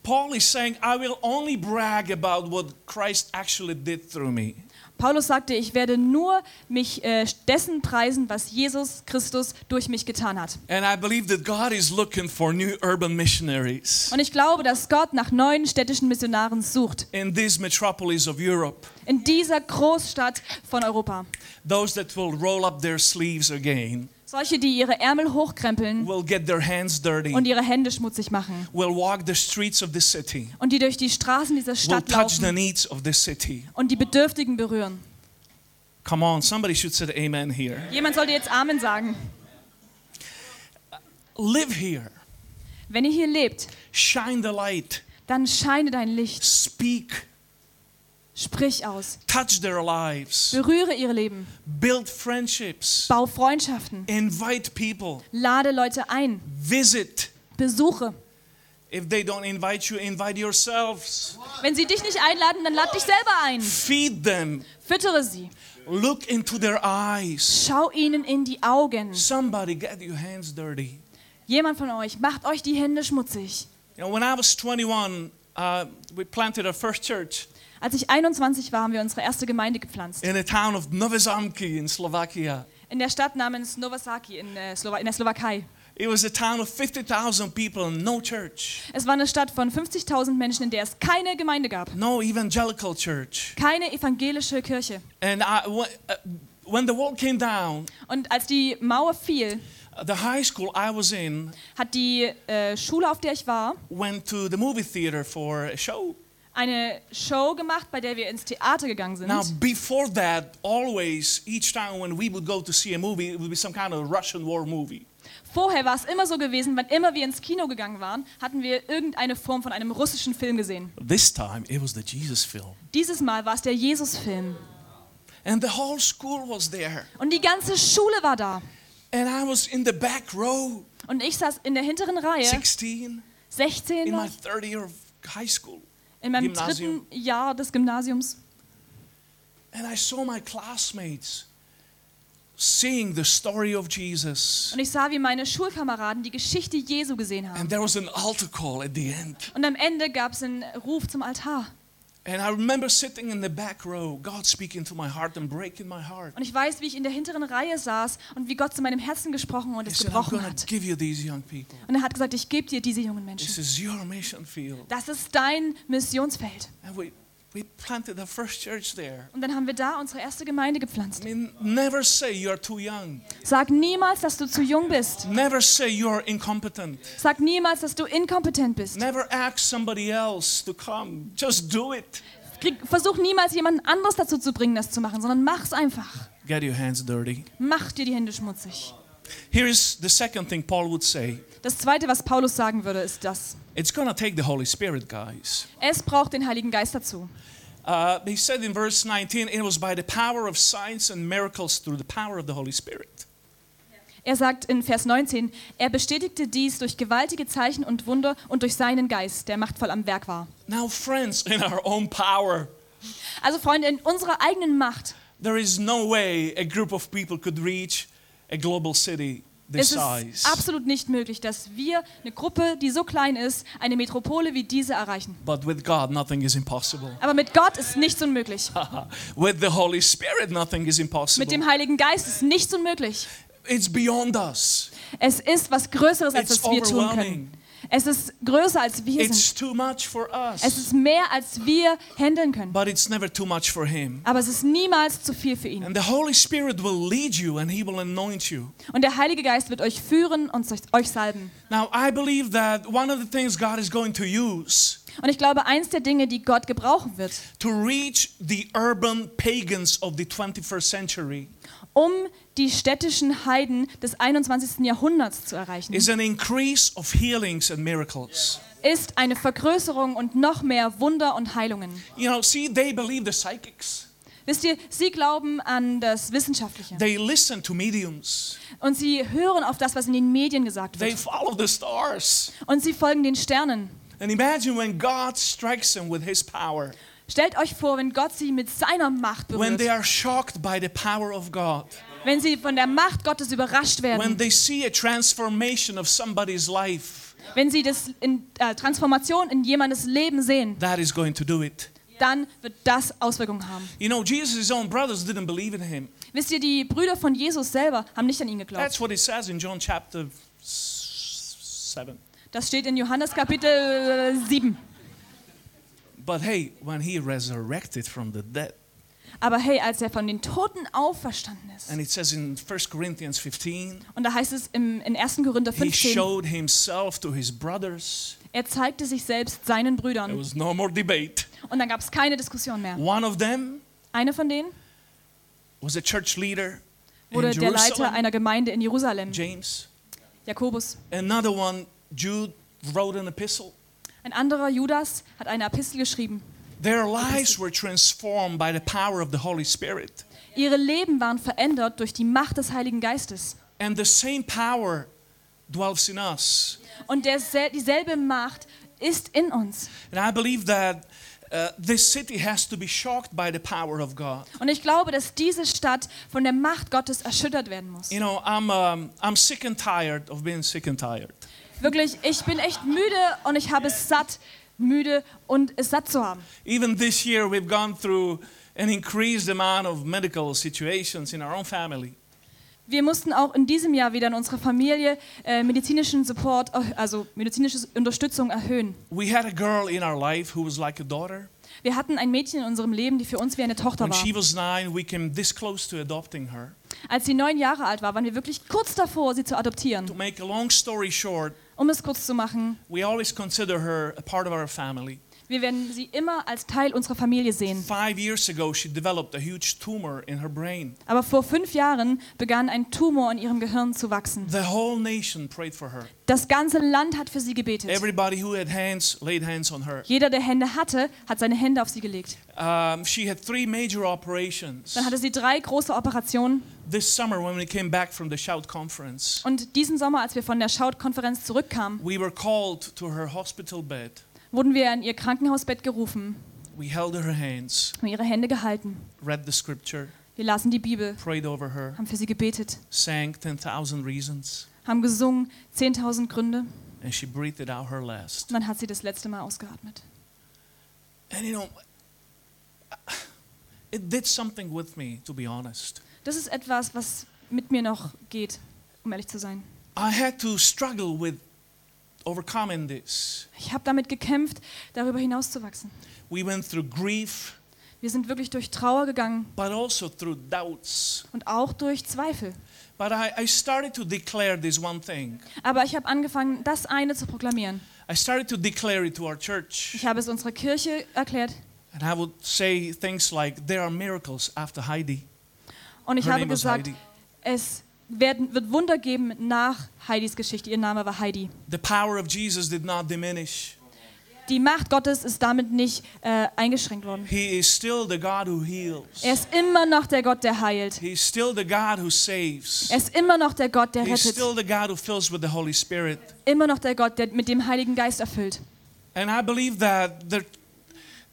Speaker 2: Paul is saying, I will only brag about what Christ actually did through me.
Speaker 3: Paulus sagte, ich werde nur mich äh, dessen preisen, was Jesus Christus durch mich getan hat.
Speaker 2: And I believe that God is looking for new urban missionaries
Speaker 3: Und ich glaube, dass Gott nach neuen städtischen Missionaren sucht.
Speaker 2: in this metropolis of Europe,
Speaker 3: In dieser Großstadt von Europa.
Speaker 2: those that will roll up their sleeves again,
Speaker 3: Solche, die ihre Ärmel hochkrempeln
Speaker 2: will get their hands dirty,
Speaker 3: und ihre Hände schmutzig machen.
Speaker 2: will walk the streets of the city,
Speaker 3: Und die durch die Straßen dieser
Speaker 2: will
Speaker 3: Stadt
Speaker 2: touch the
Speaker 3: laufen
Speaker 2: needs of the city.
Speaker 3: und die Bedürftigen berühren.
Speaker 2: Come on, somebody should say amen here.
Speaker 3: Jemand sollte jetzt Amen sagen.
Speaker 2: Live here,
Speaker 3: Wenn ihr hier lebt,
Speaker 2: shine the light,
Speaker 3: dann scheine dein Licht.
Speaker 2: speak,
Speaker 3: Sprich aus.
Speaker 2: touch their lives,
Speaker 3: Berühre ihr Leben.
Speaker 2: build friendships,
Speaker 3: Bau Freundschaften.
Speaker 2: invite people,
Speaker 3: Lade Leute ein.
Speaker 2: visit.
Speaker 3: Besuche.
Speaker 2: If they don't invite you, invite yourselves.
Speaker 3: Wenn sie dich nicht einladen, dann lad dich selber ein.
Speaker 2: Feed them.
Speaker 3: Füttere sie.
Speaker 2: Look into their eyes.
Speaker 3: Schau ihnen in die Augen.
Speaker 2: Somebody get your hands dirty.
Speaker 3: Jemand von euch macht euch die Hände schmutzig.
Speaker 2: You know, when I was 21, uh, we planted our first church
Speaker 3: Als ich 21 war, haben wir unsere erste Gemeinde gepflanzt.
Speaker 2: in the town of Novozamki in Slovakia.
Speaker 3: In der Stadt namens Novosaki in, äh, Slowa- in der Slowakei.
Speaker 2: It was a town of 50,000 people and no church,
Speaker 3: Es war eine Stadt von 50.000 Menschen, in der es keine Gemeinde gab.
Speaker 2: no evangelical church.
Speaker 3: Keine evangelische Kirche.
Speaker 2: And I, wa- uh, When the wall came down,
Speaker 3: Und als die Mauer fiel,
Speaker 2: uh, the high school I was in
Speaker 3: hat die äh, Schule, auf der ich war,
Speaker 2: went to the movie theater for a show.
Speaker 3: eine Show gemacht, bei der wir ins Theater gegangen sind.
Speaker 2: Now, before that, always, each time when we would go to see a movie, it would be some kind of Russian war movie.
Speaker 3: Vorher war es immer so gewesen, wann immer wir ins Kino gegangen waren, hatten wir irgendeine Form von einem russischen Film gesehen.
Speaker 2: This time, it was the Jesus film.
Speaker 3: Dieses Mal war es der Jesus-Film.
Speaker 2: And the whole school was there.
Speaker 3: Und die ganze Schule war da.
Speaker 2: And I was in the back row,
Speaker 3: Und ich saß in der hinteren Reihe,
Speaker 2: 16,
Speaker 3: 16
Speaker 2: in
Speaker 3: war
Speaker 2: my
Speaker 3: ich,
Speaker 2: third year of high school.
Speaker 3: in meinem
Speaker 2: Gymnasium.
Speaker 3: dritten Jahr des Gymnasiums.
Speaker 2: And I saw my classmates seeing the story of Jesus.
Speaker 3: Und ich sah, wie meine Schulkameraden die Geschichte Jesu gesehen haben.
Speaker 2: And there was an altar call at the end.
Speaker 3: Und am Ende gab es einen Ruf zum Altar.
Speaker 2: And I remember sitting in the back row, God speaking to my heart and breaking my heart.
Speaker 3: Und ich weiß, wie ich in der hinteren Reihe saß und wie Gott zu meinem Herzen gesprochen und
Speaker 2: He
Speaker 3: es
Speaker 2: said, I'm
Speaker 3: gebrochen
Speaker 2: going
Speaker 3: hat.
Speaker 2: to give you these young people.
Speaker 3: Und er hat gesagt, ich gebe dir diese jungen
Speaker 2: This
Speaker 3: Menschen.
Speaker 2: is your mission field.
Speaker 3: Das ist dein Missionsfeld.
Speaker 2: And we, we planted the first church there.
Speaker 3: Und dann haben wir da unsere erste Gemeinde
Speaker 2: I
Speaker 3: gepflanzt.
Speaker 2: mean, never say you're too young.
Speaker 3: Sag niemals, dass du zu jung bist.
Speaker 2: Never say you're incompetent.
Speaker 3: Sag niemals, dass du inkompetent bist.
Speaker 2: Never ask somebody else to come. Just do it.
Speaker 3: Krieg, versuch niemals, jemanden anderes dazu zu bringen, das zu machen, sondern mach's einfach.
Speaker 2: Get your hands dirty.
Speaker 3: Mach dir die Hände schmutzig.
Speaker 2: Here is the second thing Paul would say.
Speaker 3: Das Zweite, was Paulus sagen würde, ist das.
Speaker 2: It's going to take the Holy Spirit, guys.
Speaker 3: Es braucht den Heiligen Geist dazu.
Speaker 2: Uh, he said in verse 19, it was by the power of signs and miracles through the power of the Holy Spirit.
Speaker 3: Er sagt in Vers 19, er bestätigte dies durch gewaltige Zeichen und Wunder und durch seinen Geist, der machtvoll am Werk war.
Speaker 2: Now, friends, in our own power,
Speaker 3: Also Freunde, in unserer eigenen Macht
Speaker 2: there is no way a group of people could reach a global city this
Speaker 3: ist es
Speaker 2: size.
Speaker 3: absolut nicht möglich, dass wir eine Gruppe, die so klein ist, eine Metropole wie diese erreichen.
Speaker 2: But with God, nothing is impossible.
Speaker 3: Aber mit Gott ist nichts unmöglich.
Speaker 2: With the Holy Spirit, nothing is
Speaker 3: Mit
Speaker 2: impossible.
Speaker 3: dem Heiligen Geist ist nichts unmöglich.
Speaker 2: It's beyond us.
Speaker 3: Es ist was Größeres, als
Speaker 2: It's
Speaker 3: was wir tun
Speaker 2: overwhelming.
Speaker 3: können. Es ist größer, als wir sind.
Speaker 2: It's too much for
Speaker 3: Es
Speaker 2: us,
Speaker 3: ist mehr, als wir handeln können.
Speaker 2: but it's never too much for Him.
Speaker 3: Aber es ist niemals zu viel für ihn.
Speaker 2: And the Holy Spirit will lead you and He will anoint you.
Speaker 3: Und der Heilige Geist wird euch führen und euch salben.
Speaker 2: Now, I believe that one of the things God is going to use
Speaker 3: Und ich glaube, eins der Dinge, die Gott gebrauchen wird,
Speaker 2: to reach the urban pagans of the 21st century
Speaker 3: um die städtischen Heiden des 21. Jahrhunderts zu erreichen,
Speaker 2: is an increase of healings and miracles.
Speaker 3: ist eine Vergrößerung und noch mehr Wunder und Heilungen.
Speaker 2: You know, see, they believe the psychics,
Speaker 3: Wisst ihr, sie glauben an das Wissenschaftliche
Speaker 2: they listen to mediums,
Speaker 3: und sie hören auf das, was in den Medien gesagt
Speaker 2: they
Speaker 3: wird
Speaker 2: follow the stars.
Speaker 3: und sie folgen den Sternen.
Speaker 2: And imagine when God strikes them with His power,
Speaker 3: Stellt euch vor, wenn Gott sie mit seiner Macht
Speaker 2: when they
Speaker 3: berührt,
Speaker 2: are shocked by the power of God,
Speaker 3: wenn sie von der Macht Gottes überrascht
Speaker 2: when
Speaker 3: werden,
Speaker 2: they see a transformation of somebody's life,
Speaker 3: wenn sie das in äh, Transformation in jemandes Leben sehen,
Speaker 2: that is going to do it.
Speaker 3: dann wird das Auswirkungen haben.
Speaker 2: You know, Jesus' own brothers didn't believe in Him.
Speaker 3: Wisst ihr, die Brüder von Jesus selber haben nicht an ihn geglaubt.
Speaker 2: That's what it says in John chapter s- 7.
Speaker 3: Das steht in Johannes Kapitel äh, 7.
Speaker 2: But hey, when he resurrected from the dead,
Speaker 3: Aber hey, als er von den Toten auferstanden ist,
Speaker 2: and it says in 1 Corinthians 15,
Speaker 3: und da heißt es im, in 1. Korinther
Speaker 2: he
Speaker 3: 15,
Speaker 2: showed himself to his brothers.
Speaker 3: er zeigte sich selbst seinen
Speaker 2: There
Speaker 3: Brüdern.
Speaker 2: was no more debate.
Speaker 3: Und dann gab es keine Diskussion mehr.
Speaker 2: One of them
Speaker 3: Eine von denen
Speaker 2: was a church leader
Speaker 3: wurde
Speaker 2: in
Speaker 3: der Leiter
Speaker 2: Jerusalem,
Speaker 3: einer Gemeinde in Jerusalem,
Speaker 2: James.
Speaker 3: Jakobus.
Speaker 2: Another one, Jude wrote an epistle.
Speaker 3: Ein anderer, Judas, hat eine Epistel geschrieben.
Speaker 2: Their lives were transformed by the power of the Holy Spirit.
Speaker 3: Ihre Leben waren verändert durch die Macht des Heiligen Geistes.
Speaker 2: And the same power dwells in us.
Speaker 3: Und dersel- dieselbe Macht ist in uns.
Speaker 2: And I believe that uh, this city has to be shocked by the power of God.
Speaker 3: Und ich glaube, dass diese Stadt von der Macht Gottes erschüttert werden muss.
Speaker 2: You know, I'm, um, I'm sick and tired of being sick and tired.
Speaker 3: Wirklich, ich bin echt müde und ich habe es satt, müde und es satt zu haben.
Speaker 2: Even this year, we've gone through an increased amount of medical situations in our own family.
Speaker 3: Wir mussten auch in diesem Jahr wieder in unserer Familie äh, medizinischen Support, also medizinische Unterstützung erhöhen.
Speaker 2: We had a girl in our life who was like a daughter,
Speaker 3: Wir hatten ein Mädchen in unserem Leben, die für uns wie eine Tochter
Speaker 2: When
Speaker 3: war.
Speaker 2: she was nine, we came this close to adopting her.
Speaker 3: Als sie neun Jahre alt war, waren wir wirklich kurz davor, sie zu adoptieren.
Speaker 2: To make a long story short,
Speaker 3: Um es kurz zu machen,
Speaker 2: we always consider her a part of our family.
Speaker 3: wir werden sie immer als Teil unserer Familie sehen.
Speaker 2: Five years ago, she developed a huge tumor in her brain.
Speaker 3: Aber vor fünf Jahren begann ein Tumor in ihrem Gehirn zu wachsen.
Speaker 2: The whole nation prayed for her.
Speaker 3: Das ganze Land hat für sie gebetet.
Speaker 2: Everybody who had hands laid hands on her.
Speaker 3: Jeder, der Hände hatte, hat seine Hände auf sie gelegt.
Speaker 2: Um, she had three major operations.
Speaker 3: Dann hatte sie drei große Operationen.
Speaker 2: This summer, when we came back from the Shout conference,
Speaker 3: Und diesen Sommer, als wir von der Schaut-Konferenz zurückkamen,
Speaker 2: we were called to her hospital bed.
Speaker 3: wurden wir in ihr Krankenhausbett gerufen,
Speaker 2: We held her hands,
Speaker 3: haben ihre Hände gehalten.
Speaker 2: read the scripture,
Speaker 3: Wir lasen die Bibel,
Speaker 2: prayed over her,
Speaker 3: haben für sie gebetet,
Speaker 2: sang 10,000 reasons,
Speaker 3: haben gesungen, 10.000 Gründe.
Speaker 2: and she breathed out her last.
Speaker 3: Und dann hat sie das letzte Mal ausgeatmet.
Speaker 2: And you know, it did something with me, to be honest.
Speaker 3: Das ist etwas, was mit mir noch geht, um ehrlich zu sein.
Speaker 2: I had to struggle with overcoming this.
Speaker 3: Ich habe damit gekämpft, darüber hinauszuwachsen.
Speaker 2: We went through grief,
Speaker 3: Wir sind wirklich durch Trauer gegangen
Speaker 2: but also through doubts.
Speaker 3: und auch durch Zweifel.
Speaker 2: But I, I started to declare this one thing.
Speaker 3: Aber ich habe angefangen, das eine zu proklamieren.
Speaker 2: I started to declare it to our church.
Speaker 3: Ich habe es unserer Kirche erklärt
Speaker 2: And I would say things like, There are miracles after Heidi.
Speaker 3: und ich
Speaker 2: Her
Speaker 3: habe
Speaker 2: name was
Speaker 3: gesagt,
Speaker 2: Heidi.
Speaker 3: es werden, wird Wunder geben nach Heidis Geschichte. Ihr Name war Heidi.
Speaker 2: The power of Jesus did not diminish.
Speaker 3: Die Macht Gottes ist damit nicht äh, eingeschränkt worden.
Speaker 2: He is still the God who heals.
Speaker 3: Er ist immer noch der Gott, der heilt.
Speaker 2: He is still the God who saves.
Speaker 3: Er ist immer noch der Gott, der
Speaker 2: He is
Speaker 3: rettet.
Speaker 2: still the God who fills with the Holy Spirit.
Speaker 3: Immer noch der Gott, der mit dem Heiligen Geist erfüllt.
Speaker 2: And I believe that there,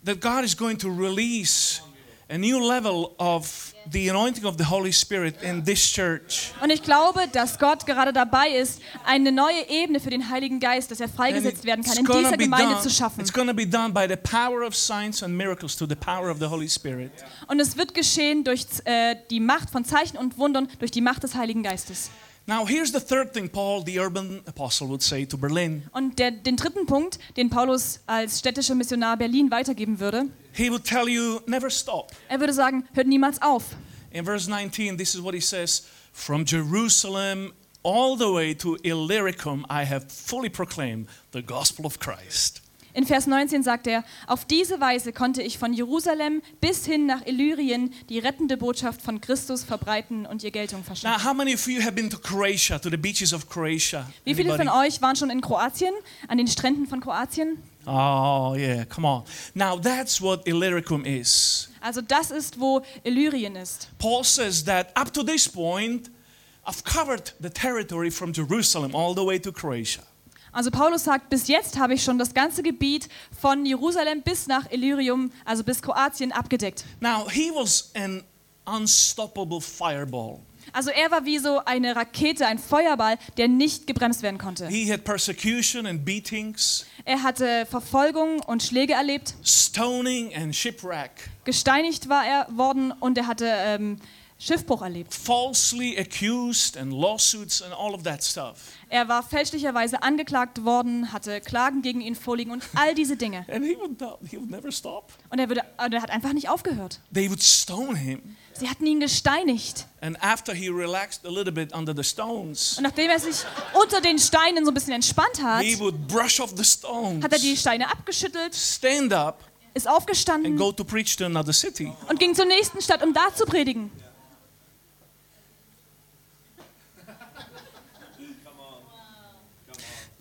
Speaker 2: that God is going to release a new level of the anointing of the Holy Spirit in this church.
Speaker 3: Und ich glaube, dass Gott gerade dabei ist, eine neue Ebene für den Heiligen Geist, dass er
Speaker 2: And
Speaker 3: freigesetzt werden kann, in
Speaker 2: gonna
Speaker 3: dieser
Speaker 2: be
Speaker 3: Gemeinde
Speaker 2: done-
Speaker 3: zu schaffen.
Speaker 2: It's going to be done by the power of signs and miracles to the power of the Holy Spirit.
Speaker 3: Und es wird geschehen durch äh, die Macht von Zeichen und Wundern, durch die Macht des Heiligen Geistes.
Speaker 2: Now, here's the third thing Paul, the urban apostle, would say to Berlin.
Speaker 3: Und der, den dritten Punkt, den Paulus als städtischer Missionar Berlin weitergeben würde,
Speaker 2: He would tell you, never stop.
Speaker 3: er würde sagen, hört niemals auf.
Speaker 2: In verse 19, this is what he says From Jerusalem all the way to Illyricum, I have fully proclaimed the gospel of Christ.
Speaker 3: In Vers 19 sagt er, auf diese Weise konnte ich von Jerusalem bis hin nach Illyrien die rettende Botschaft von Christus verbreiten und ihr Geltung
Speaker 2: Now,
Speaker 3: verschaffen.
Speaker 2: how many of you have been to Croatia, to the beaches of Croatia?
Speaker 3: Wie viele von
Speaker 2: Anybody?
Speaker 3: euch waren schon in Kroatien, an den Stränden von Kroatien?
Speaker 2: Oh, yeah, come on. Now, that's what Illyricum is.
Speaker 3: Also das ist, wo Illyrien ist.
Speaker 2: Paul says that up to this point, I've covered the territory from Jerusalem all the way to Croatia.
Speaker 3: Also Paulus sagt, bis jetzt habe ich schon das ganze Gebiet von Jerusalem bis nach Illyrium, also bis Kroatien, abgedeckt.
Speaker 2: Now, he was an unstoppable fireball.
Speaker 3: Also er war wie so eine Rakete, ein Feuerball, der nicht gebremst werden konnte.
Speaker 2: He had persecution and beatings,
Speaker 3: Er hatte Verfolgung und Schläge erlebt,
Speaker 2: stoning and shipwreck,
Speaker 3: gesteinigt war er worden und er hatte ähm, Schiffbruch erlebt.
Speaker 2: falsely accused and lawsuits and all of that stuff.
Speaker 3: Er war fälschlicherweise angeklagt worden, hatte Klagen gegen ihn vorliegen und all diese Dinge.
Speaker 2: And he would, not, he would never stop.
Speaker 3: Und er, würde, und er hat einfach nicht aufgehört.
Speaker 2: They would stone him.
Speaker 3: Sie hatten ihn gesteinigt.
Speaker 2: And after he relaxed a little bit under the stones,
Speaker 3: Und nachdem er sich unter den Steinen so ein bisschen entspannt hat,
Speaker 2: he would brush off the stones,
Speaker 3: hat er die Steine abgeschüttelt,
Speaker 2: stand up,
Speaker 3: ist
Speaker 2: and
Speaker 3: aufgestanden
Speaker 2: go to preach to another city.
Speaker 3: und ging zur nächsten Stadt, um da zu predigen.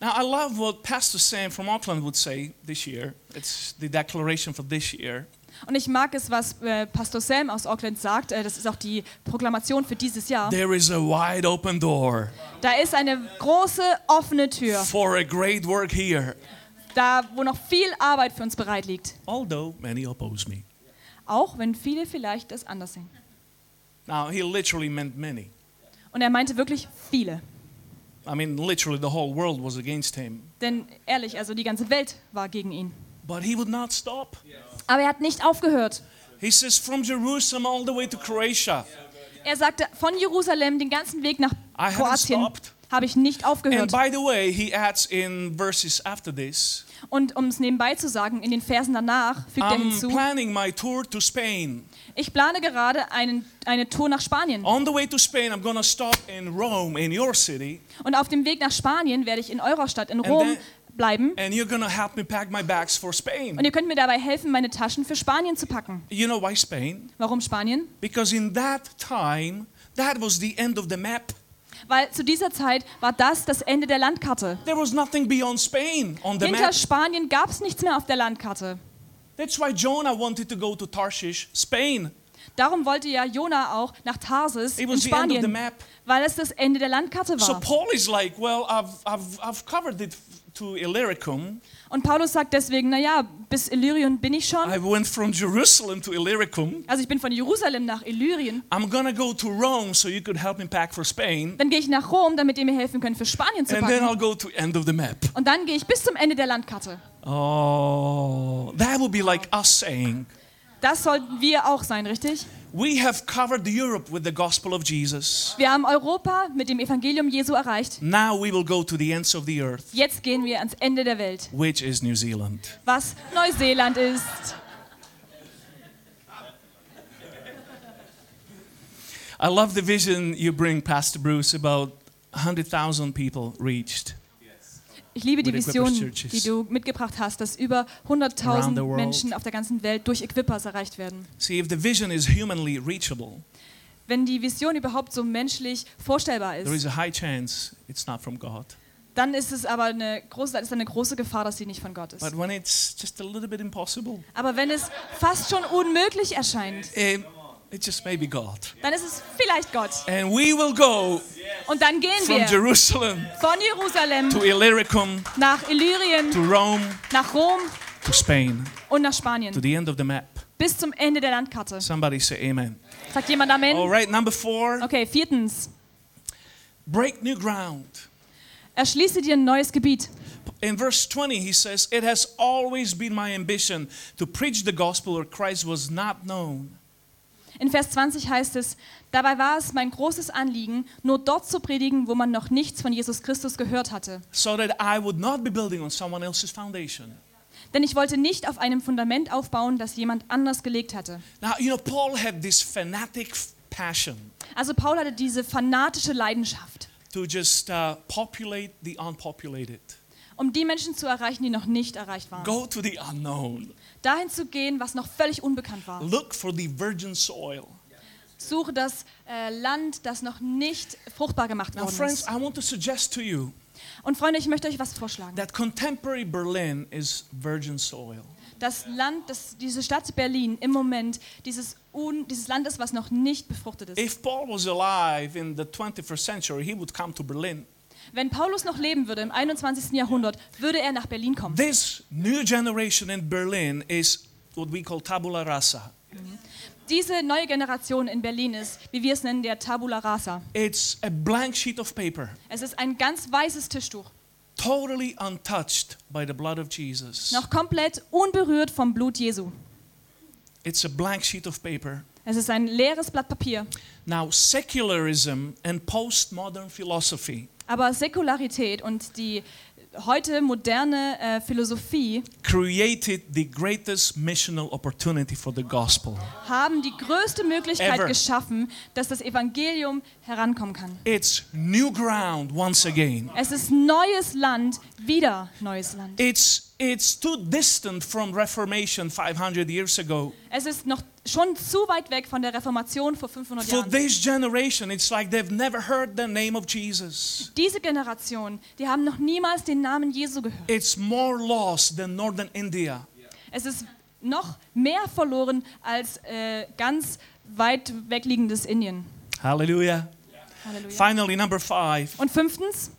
Speaker 2: Now, I love what Pastor Sam from Auckland would say this year. It's the declaration for this year.
Speaker 3: Und ich mag es, was äh, Pastor Sam aus Auckland sagt. Äh, das ist auch die Proklamation für dieses Jahr.
Speaker 2: There is a wide open door
Speaker 3: Da ist eine große offene Tür,
Speaker 2: for a great work here,
Speaker 3: da wo noch viel Arbeit für uns bereit liegt.
Speaker 2: although many oppose me.
Speaker 3: Auch wenn viele vielleicht das anders sehen.
Speaker 2: Now, he literally meant many.
Speaker 3: Und er meinte wirklich viele.
Speaker 2: I mean, literally, the whole world was against him.
Speaker 3: Denn ehrlich, also die ganze Welt war gegen ihn.
Speaker 2: But he would not stop.
Speaker 3: Aber er hat nicht aufgehört.
Speaker 2: He says, from Jerusalem all the way to Croatia,
Speaker 3: Er sagte, von Jerusalem den ganzen Weg nach
Speaker 2: I haven't
Speaker 3: Kroatien
Speaker 2: stopped.
Speaker 3: habe ich nicht
Speaker 2: And
Speaker 3: aufgehört.
Speaker 2: by the way, he adds in verses after this
Speaker 3: Und um es nebenbei zu sagen, in den Versen danach fügt er
Speaker 2: I'm
Speaker 3: hinzu,
Speaker 2: planning my tour to Spain.
Speaker 3: ich plane gerade einen, eine Tour nach Spanien.
Speaker 2: On the way to Spain, I'm going to stop in Rome, in your city,
Speaker 3: Und auf dem Weg nach Spanien werde ich in eurer Stadt, in Rom,
Speaker 2: then-
Speaker 3: bleiben.
Speaker 2: and you're going to help me pack my bags for Spain.
Speaker 3: Und ihr könnt mir dabei helfen, meine Taschen für Spanien zu packen.
Speaker 2: You know why Spain?
Speaker 3: Warum Spanien?
Speaker 2: Because in that time, that was the end of the map.
Speaker 3: Weil zu dieser Zeit war das das Ende der Landkarte.
Speaker 2: There was nothing beyond Spain on the
Speaker 3: Hinter
Speaker 2: map.
Speaker 3: Spanien gab es nichts mehr auf der Landkarte.
Speaker 2: That's why Jonah wanted to go to Tarshish, Spain.
Speaker 3: Darum wollte ja Jona auch nach Tarsis
Speaker 2: It
Speaker 3: in
Speaker 2: was the end of the
Speaker 3: Spanien,
Speaker 2: map.
Speaker 3: weil es das Ende der Landkarte
Speaker 2: So
Speaker 3: war.
Speaker 2: Paul is like, well, I've, I've, I've covered it to Illyricum.
Speaker 3: Und Paulus sagt deswegen, naja, bis Illyrien bin ich schon.
Speaker 2: I went from Jerusalem to Illyricum.
Speaker 3: Also ich bin von Jerusalem nach Illyrien.
Speaker 2: I'm going to go to Rome so you could help me pack for Spain.
Speaker 3: Dann gehe ich nach Rom, damit ihr mir helfen könnt, für Spanien zu
Speaker 2: And then I'll
Speaker 3: packen.
Speaker 2: go to end of the map.
Speaker 3: Und dann gehe ich bis zum Ende der Landkarte.
Speaker 2: Oh, that would be like us saying,
Speaker 3: Das sollten wir auch sein, richtig?
Speaker 2: we have covered Europe with the gospel of Jesus.
Speaker 3: Wir haben Europa mit dem Evangelium Jesu erreicht.
Speaker 2: Now we will go to the ends of the earth,
Speaker 3: Jetzt gehen wir ans Ende der Welt,
Speaker 2: which is New Zealand.
Speaker 3: was Neuseeland ist.
Speaker 2: I love the vision you bring, Pastor Bruce, about 100,000 people reached.
Speaker 3: Ich liebe die
Speaker 2: With Equippers
Speaker 3: Vision,
Speaker 2: Churches.
Speaker 3: die du mitgebracht hast, dass über
Speaker 2: Around the
Speaker 3: 100.000
Speaker 2: world.
Speaker 3: Menschen auf der ganzen Welt durch Equippers erreicht werden.
Speaker 2: See, if the vision is humanly reachable,
Speaker 3: Wenn die Vision überhaupt so menschlich vorstellbar
Speaker 2: there is
Speaker 3: ist,
Speaker 2: a high chance it's not from God.
Speaker 3: dann ist es aber eine große, ist eine große Gefahr, dass sie nicht von Gott
Speaker 2: But
Speaker 3: ist.
Speaker 2: when it's just a little bit impossible,
Speaker 3: Aber wenn es fast schon unmöglich erscheint,
Speaker 2: it, it just may be God.
Speaker 3: dann ist es vielleicht Gott.
Speaker 2: And we will go
Speaker 3: Und dann gehen
Speaker 2: from
Speaker 3: wir
Speaker 2: Jerusalem
Speaker 3: von Jerusalem
Speaker 2: to Illyricum,
Speaker 3: nach Illyrien,
Speaker 2: to Rome,
Speaker 3: nach Rom
Speaker 2: to Spain,
Speaker 3: und nach
Speaker 2: to
Speaker 3: Spanien.
Speaker 2: the end of the map.
Speaker 3: Bis zum Ende der Landkarte.
Speaker 2: Somebody say amen.
Speaker 3: Sagt jemand
Speaker 2: All
Speaker 3: Amen?
Speaker 2: right, number four,
Speaker 3: Okay, viertens.
Speaker 2: break new ground.
Speaker 3: Erschließe dir ein neues Gebiet.
Speaker 2: In verse 20, he says, It has always been my ambition to preach the gospel where Christ was not known.
Speaker 3: In Vers 20 heißt es, dabei war es mein großes Anliegen, nur dort zu predigen, wo man noch nichts von Jesus Christus gehört hatte.
Speaker 2: so that I would not be building on someone else's foundation.
Speaker 3: Denn ich wollte nicht auf einem Fundament aufbauen, das jemand anders gelegt hatte.
Speaker 2: Now, you know, Paul had this fanatic f- passion
Speaker 3: Also Paul hatte diese fanatische Leidenschaft,
Speaker 2: to just uh, populate the unpopulated,
Speaker 3: um die Menschen zu erreichen, die noch nicht erreicht waren.
Speaker 2: go to the unknown,
Speaker 3: Dahin zu gehen, was noch völlig unbekannt war.
Speaker 2: look for the virgin soil.
Speaker 3: Suche das äh, Land, das noch nicht fruchtbar gemacht
Speaker 2: Now,
Speaker 3: worden
Speaker 2: friends,
Speaker 3: ist.
Speaker 2: I want to suggest to you
Speaker 3: Und Freunde, ich möchte euch was vorschlagen.
Speaker 2: that contemporary Berlin is virgin soil.
Speaker 3: Das Land, das, diese Stadt Berlin im Moment, dieses, un, dieses Land ist, was noch nicht befruchtet ist.
Speaker 2: If Paul was alive in the 21st century, he would come to Berlin.
Speaker 3: Wenn Paulus noch leben würde im 21. Jahrhundert, würde er nach Berlin kommen.
Speaker 2: This new generation in Berlin is what we call tabula rasa.
Speaker 3: Diese neue Generation in Berlin ist, wie wir es nennen, der Tabula Rasa.
Speaker 2: It's a blank sheet of paper.
Speaker 3: Es ist ein ganz weißes Tischtuch,
Speaker 2: totally untouched by the blood of Jesus.
Speaker 3: noch komplett unberührt vom Blut Jesu.
Speaker 2: It's a blank sheet of paper.
Speaker 3: Es ist ein leeres Blatt Papier.
Speaker 2: Now, secularism and postmodern philosophy
Speaker 3: Aber Säkularität und die heute moderne äh, Philosophie
Speaker 2: created the greatest missional opportunity for the gospel.
Speaker 3: haben die größte Möglichkeit
Speaker 2: Ever.
Speaker 3: geschaffen, dass das Evangelium herankommen kann.
Speaker 2: It's new ground once again.
Speaker 3: Es ist neues Land, wieder neues Land.
Speaker 2: It's, it's too distant from Reformation 500 years ago.
Speaker 3: Es ist noch schon zu weit weg von der Reformation vor 500
Speaker 2: For
Speaker 3: Jahren.
Speaker 2: this generation, it's like they've never heard the name of Jesus.
Speaker 3: Diese Generation, die haben noch niemals den Namen Jesu gehört.
Speaker 2: It's more lost than northern India.
Speaker 3: Es ist noch mehr verloren als äh, ganz weit wegliegendes Indien.
Speaker 2: Hallelujah.
Speaker 3: Halleluja.
Speaker 2: Finally, number five.
Speaker 3: Und fünftens,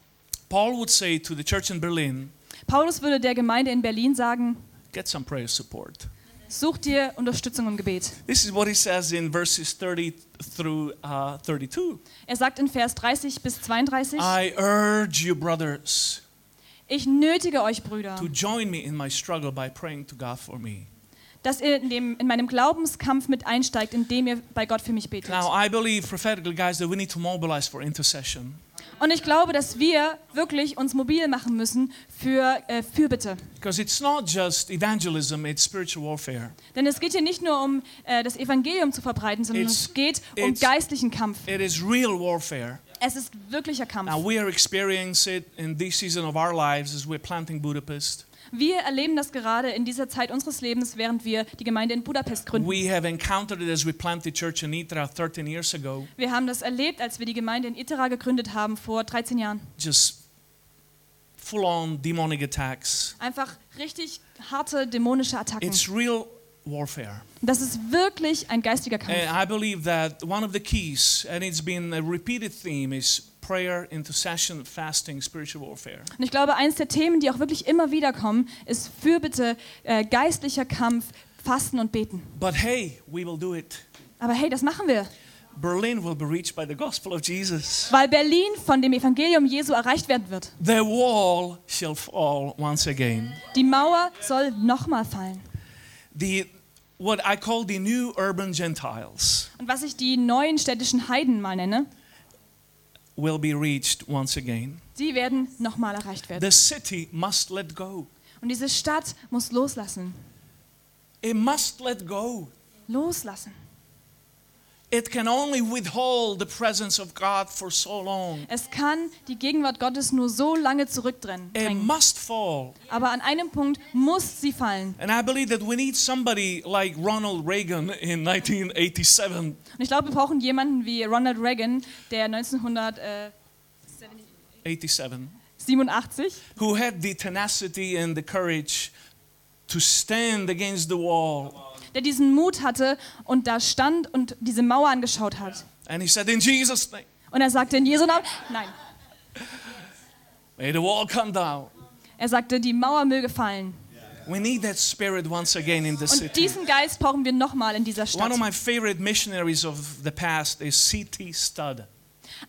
Speaker 2: Paul would say to the church in Berlin,
Speaker 3: Paulus würde der Gemeinde in Berlin sagen,
Speaker 2: get some prayer support.
Speaker 3: such dir Unterstützung im Gebet.
Speaker 2: This is what he says in verses 30 through uh, 32.
Speaker 3: Er sagt in Vers 30 bis 32,
Speaker 2: I urge you, brothers,
Speaker 3: ich nötige euch, Brüder,
Speaker 2: to join me in my struggle by praying to God for me.
Speaker 3: dass ihr in, dem, in meinem Glaubenskampf mit einsteigt, indem ihr bei Gott für mich betet.
Speaker 2: Genau. Now, I believe prophetically, guys, that we need to mobilize for intercession.
Speaker 3: Und ich glaube, dass wir wirklich uns mobil machen müssen für äh, Fürbitte.
Speaker 2: Because it's not just evangelism, it's spiritual warfare.
Speaker 3: Denn es geht hier nicht nur um äh, das Evangelium zu verbreiten, sondern
Speaker 2: It's-
Speaker 3: es geht um
Speaker 2: it's-
Speaker 3: geistlichen Kampf.
Speaker 2: It is real warfare.
Speaker 3: Es ist wirklicher
Speaker 2: Now
Speaker 3: Kampf.
Speaker 2: we are experiencing it in this season of our lives as we're planting Budapest.
Speaker 3: Wir erleben das gerade in dieser Zeit unseres Lebens, während wir die Gemeinde in Budapest gründen.
Speaker 2: We have encountered it as we planted church in Nitra 13 years ago.
Speaker 3: Wir haben das erlebt, als wir die Gemeinde in Itera gegründet haben vor 13 Jahren.
Speaker 2: Just full on demonic attacks.
Speaker 3: Einfach richtig harte dämonische Attacken.
Speaker 2: It's real warfare.
Speaker 3: Das ist wirklich ein geistiger Kampf.
Speaker 2: And I believe that one of the keys, and it's been a repeated theme, is prayer, intercession, fasting, spiritual warfare.
Speaker 3: Und ich glaube, eins der Themen, die auch wirklich immer wieder kommen, ist Fürbitte, äh, geistlicher Kampf, Fasten und Beten.
Speaker 2: But hey, we will do it.
Speaker 3: Aber hey, das machen wir,
Speaker 2: Berlin will be reached by the gospel of Jesus.
Speaker 3: weil Berlin von dem Evangelium Jesu erreicht werden wird.
Speaker 2: The wall shall fall once again.
Speaker 3: Die Mauer soll nochmal fallen.
Speaker 2: The what I call the new urban Gentiles
Speaker 3: Und was ich die neuen städtischen Heiden mal nenne,
Speaker 2: will be reached once again.
Speaker 3: die werden nochmal erreicht werden.
Speaker 2: The city must let go.
Speaker 3: Und diese Stadt muss loslassen.
Speaker 2: It must let go.
Speaker 3: Loslassen.
Speaker 2: It can only withhold the presence of God for so long.
Speaker 3: Es kann die Gegenwart Gottes nur so lange
Speaker 2: It
Speaker 3: zurückdrängen.
Speaker 2: must fall.
Speaker 3: Aber an einem Punkt muss sie fallen.
Speaker 2: And I believe that we need somebody like Ronald Reagan in 1987
Speaker 3: Und ich glaube, wir brauchen jemanden wie Ronald Reagan, der äh, 1987
Speaker 2: 87, who had the tenacity and the courage to stand against the wall.
Speaker 3: der diesen Mut hatte und da stand und diese Mauer angeschaut hat.
Speaker 2: And he said, In Jesus' name,
Speaker 3: Und er sagte in Jesu Namen, nein,
Speaker 2: may the wall come down.
Speaker 3: er sagte, die Mauer möge fallen.
Speaker 2: We need that spirit once again in the
Speaker 3: Und
Speaker 2: city.
Speaker 3: diesen Geist brauchen wir nochmal in dieser
Speaker 2: One
Speaker 3: Stadt.
Speaker 2: of my favorite missionaries of the past is C.T. Stud.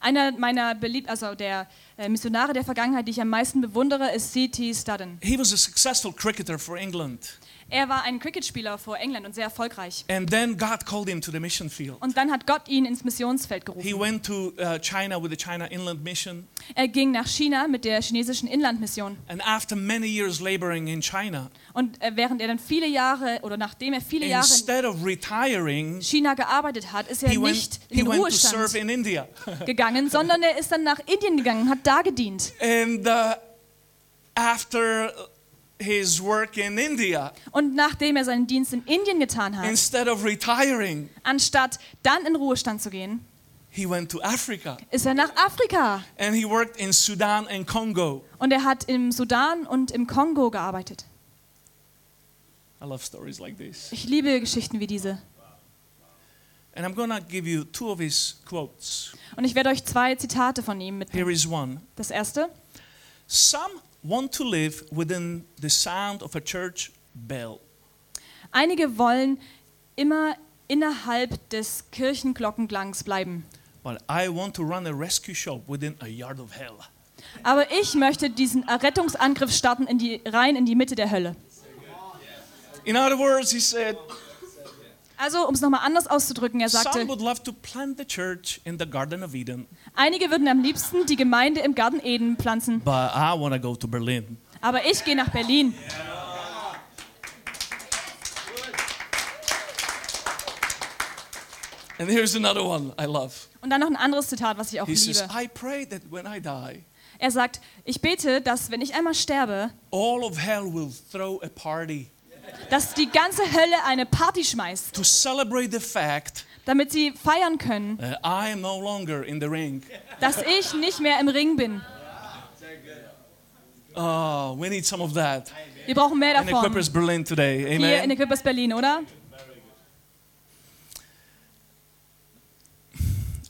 Speaker 3: Einer meiner beliebten, also der äh, Missionare der Vergangenheit, die ich am meisten bewundere, ist C.T. Studden.
Speaker 2: He was a successful cricketer for England.
Speaker 3: Er war ein Cricketspieler vor England und sehr erfolgreich.
Speaker 2: And then God called him to the mission field.
Speaker 3: Und dann hat Gott ihn ins Missionsfeld
Speaker 2: He
Speaker 3: gerufen.
Speaker 2: went to uh, China with the China Inland Mission.
Speaker 3: Er ging nach China mit der chinesischen Inlandmission.
Speaker 2: And after many years laboring in China,
Speaker 3: Und äh, während er dann viele Jahre oder nachdem er viele Jahre in
Speaker 2: instead of retiring,
Speaker 3: China gearbeitet hat, ist er
Speaker 2: he went,
Speaker 3: nicht
Speaker 2: he
Speaker 3: in den
Speaker 2: went to serve
Speaker 3: Ruhestand
Speaker 2: in India.
Speaker 3: gegangen, sondern er ist dann nach Indien gegangen und hat da gedient.
Speaker 2: And uh, after his work in India,
Speaker 3: Und nachdem er seinen Dienst in Indien getan hat,
Speaker 2: instead of retiring,
Speaker 3: anstatt dann in Ruhestand zu gehen,
Speaker 2: he went to Africa
Speaker 3: ist er nach Afrika.
Speaker 2: and he worked in Sudan and Congo.
Speaker 3: Und er hat im Sudan und im Kongo gearbeitet.
Speaker 2: I love stories like this.
Speaker 3: Ich liebe Geschichten wie diese.
Speaker 2: And I'm going to give you two of his quotes.
Speaker 3: Und ich werde euch zwei Zitate von ihm
Speaker 2: Here
Speaker 3: mitnehmen.
Speaker 2: is one.
Speaker 3: Das erste.
Speaker 2: Some want to live within the sound of a church bell.
Speaker 3: Einige wollen immer innerhalb des Kirchenglockenklangs bleiben.
Speaker 2: But I want to run a rescue shop within a yard of hell.
Speaker 3: Aber ich möchte diesen Errettungsangriff starten in die, rein in die Mitte der Hölle.
Speaker 2: In other words, he said,
Speaker 3: Also, um es nochmal anders auszudrücken, er
Speaker 2: Some
Speaker 3: sagte,
Speaker 2: would love to plant the church in the Garden of Eden,
Speaker 3: einige würden am liebsten die Gemeinde im Garten Eden pflanzen,
Speaker 2: but I want to go to Berlin.
Speaker 3: aber ich gehe nach Berlin.
Speaker 2: And here's another one I love.
Speaker 3: Und dann noch ein anderes Zitat, was ich auch
Speaker 2: He says,
Speaker 3: liebe.
Speaker 2: I pray that when I die,
Speaker 3: Er sagt, ich bete, dass wenn ich einmal sterbe,
Speaker 2: all of hell will throw a party
Speaker 3: dass die ganze Hölle eine Party schmeißt,
Speaker 2: to celebrate the fact
Speaker 3: damit sie feiern können,
Speaker 2: that Uh, I am no longer in the ring.
Speaker 3: dass ich nicht mehr im Ring bin.
Speaker 2: Oh, we need some of that
Speaker 3: Wir brauchen mehr
Speaker 2: in
Speaker 3: davon.
Speaker 2: Equippers Berlin today.
Speaker 3: Hier in
Speaker 2: Amen.
Speaker 3: Equippers Berlin, oder?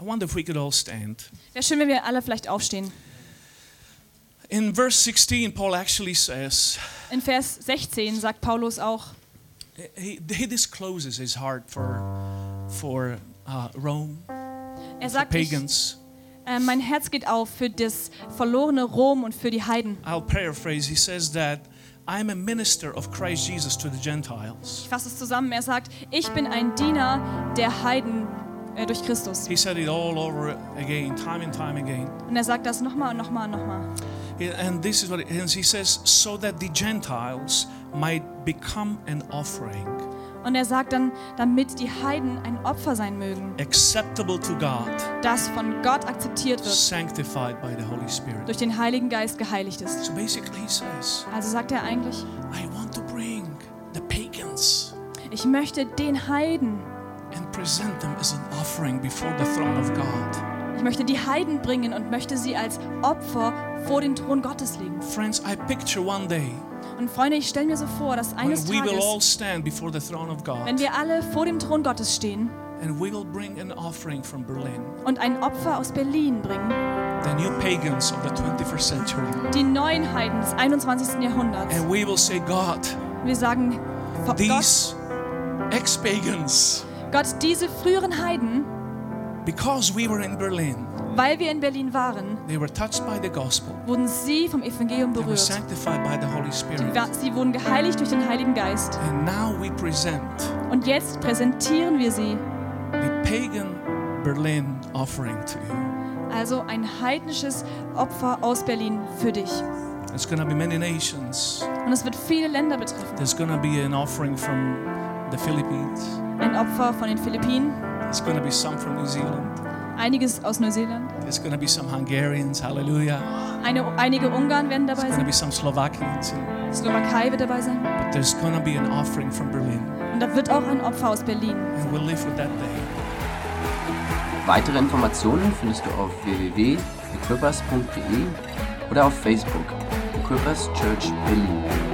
Speaker 2: I wonder if we could all stand.
Speaker 3: Wäre schön, wenn wir alle vielleicht aufstehen.
Speaker 2: In verse 16, Paul actually says,
Speaker 3: In Vers 16 sagt Paulus auch,
Speaker 2: he, he discloses his heart for, for uh, Rome,
Speaker 3: er
Speaker 2: for
Speaker 3: sagt, ich,
Speaker 2: pagans.
Speaker 3: äh, mein Herz geht auf für das verlorene Rom und für die Heiden.
Speaker 2: I'll paraphrase. He says that I'm a minister of Christ Jesus to the Gentiles.
Speaker 3: Ich fasse es zusammen, er sagt, ich bin ein Diener der Heiden äh, durch Christus.
Speaker 2: He said it all over again, time and time again.
Speaker 3: Und er sagt das nochmal und nochmal und nochmal.
Speaker 2: He- And this is what it- and he says, so that the Gentiles might become an offering
Speaker 3: Und er sagt dann, damit die Heiden ein Opfer sein mögen,
Speaker 2: acceptable to God,
Speaker 3: das von Gott akzeptiert wird,
Speaker 2: sanctified by the Holy Spirit.
Speaker 3: durch den Heiligen Geist geheiligt ist.
Speaker 2: So basically, he says,
Speaker 3: Also sagt er eigentlich,
Speaker 2: I want to bring the pagans
Speaker 3: ich möchte den Heiden,
Speaker 2: and present them as an offering before the throne of God.
Speaker 3: ich möchte die Heiden bringen und möchte sie als Opfer vor den Thron Gottes legen.
Speaker 2: Friends, I picture one day
Speaker 3: Und Freunde, ich stelle mir so vor, dass
Speaker 2: when
Speaker 3: eines
Speaker 2: we will all
Speaker 3: Tages,
Speaker 2: stand before the throne of
Speaker 3: wenn
Speaker 2: God
Speaker 3: wir alle vor dem Thron Gottes stehen
Speaker 2: and we will bring an offering from Berlin,
Speaker 3: und ein Opfer aus Berlin bringen,
Speaker 2: the new pagans of the 21st century,
Speaker 3: die neuen Heiden des 21. Jahrhunderts,
Speaker 2: and we will say, God,
Speaker 3: wir sagen, Gott,
Speaker 2: these ex pagans,
Speaker 3: Gott, diese früheren Heiden,
Speaker 2: because we were in Berlin,
Speaker 3: weil wir in Berlin waren,
Speaker 2: they were touched by the gospel,
Speaker 3: wurden sie vom Evangelium
Speaker 2: they were
Speaker 3: berührt.
Speaker 2: sanctified by the Holy Spirit,
Speaker 3: Sie wurden geheiligt durch den Heiligen Geist.
Speaker 2: and now we present
Speaker 3: Und jetzt präsentieren wir sie,
Speaker 2: the pagan Berlin offering to you.
Speaker 3: also ein heidnisches Opfer aus Berlin für dich.
Speaker 2: It's going to be many nations.
Speaker 3: Und es wird viele Länder betreffen.
Speaker 2: There's going to be an offering from the Philippines.
Speaker 3: Ein Opfer von den Philippinen,
Speaker 2: There's going to be some from New Zealand.
Speaker 3: einiges aus Neuseeland,
Speaker 2: There's going to be some Hungarians. Hallelujah.
Speaker 3: eine, einige Ungarn werden
Speaker 2: There's
Speaker 3: dabei
Speaker 2: going to be some
Speaker 3: sein,
Speaker 2: Slovakians. and-
Speaker 3: Slowakei wird dabei sein.
Speaker 2: But there's going to be an offering from Berlin.
Speaker 3: Und da wird auch ein Opfer aus Berlin.
Speaker 2: And we'll live with that day.
Speaker 1: Weitere Informationen findest du auf www.equippers.de oder auf Facebook Equippers Church Berlin.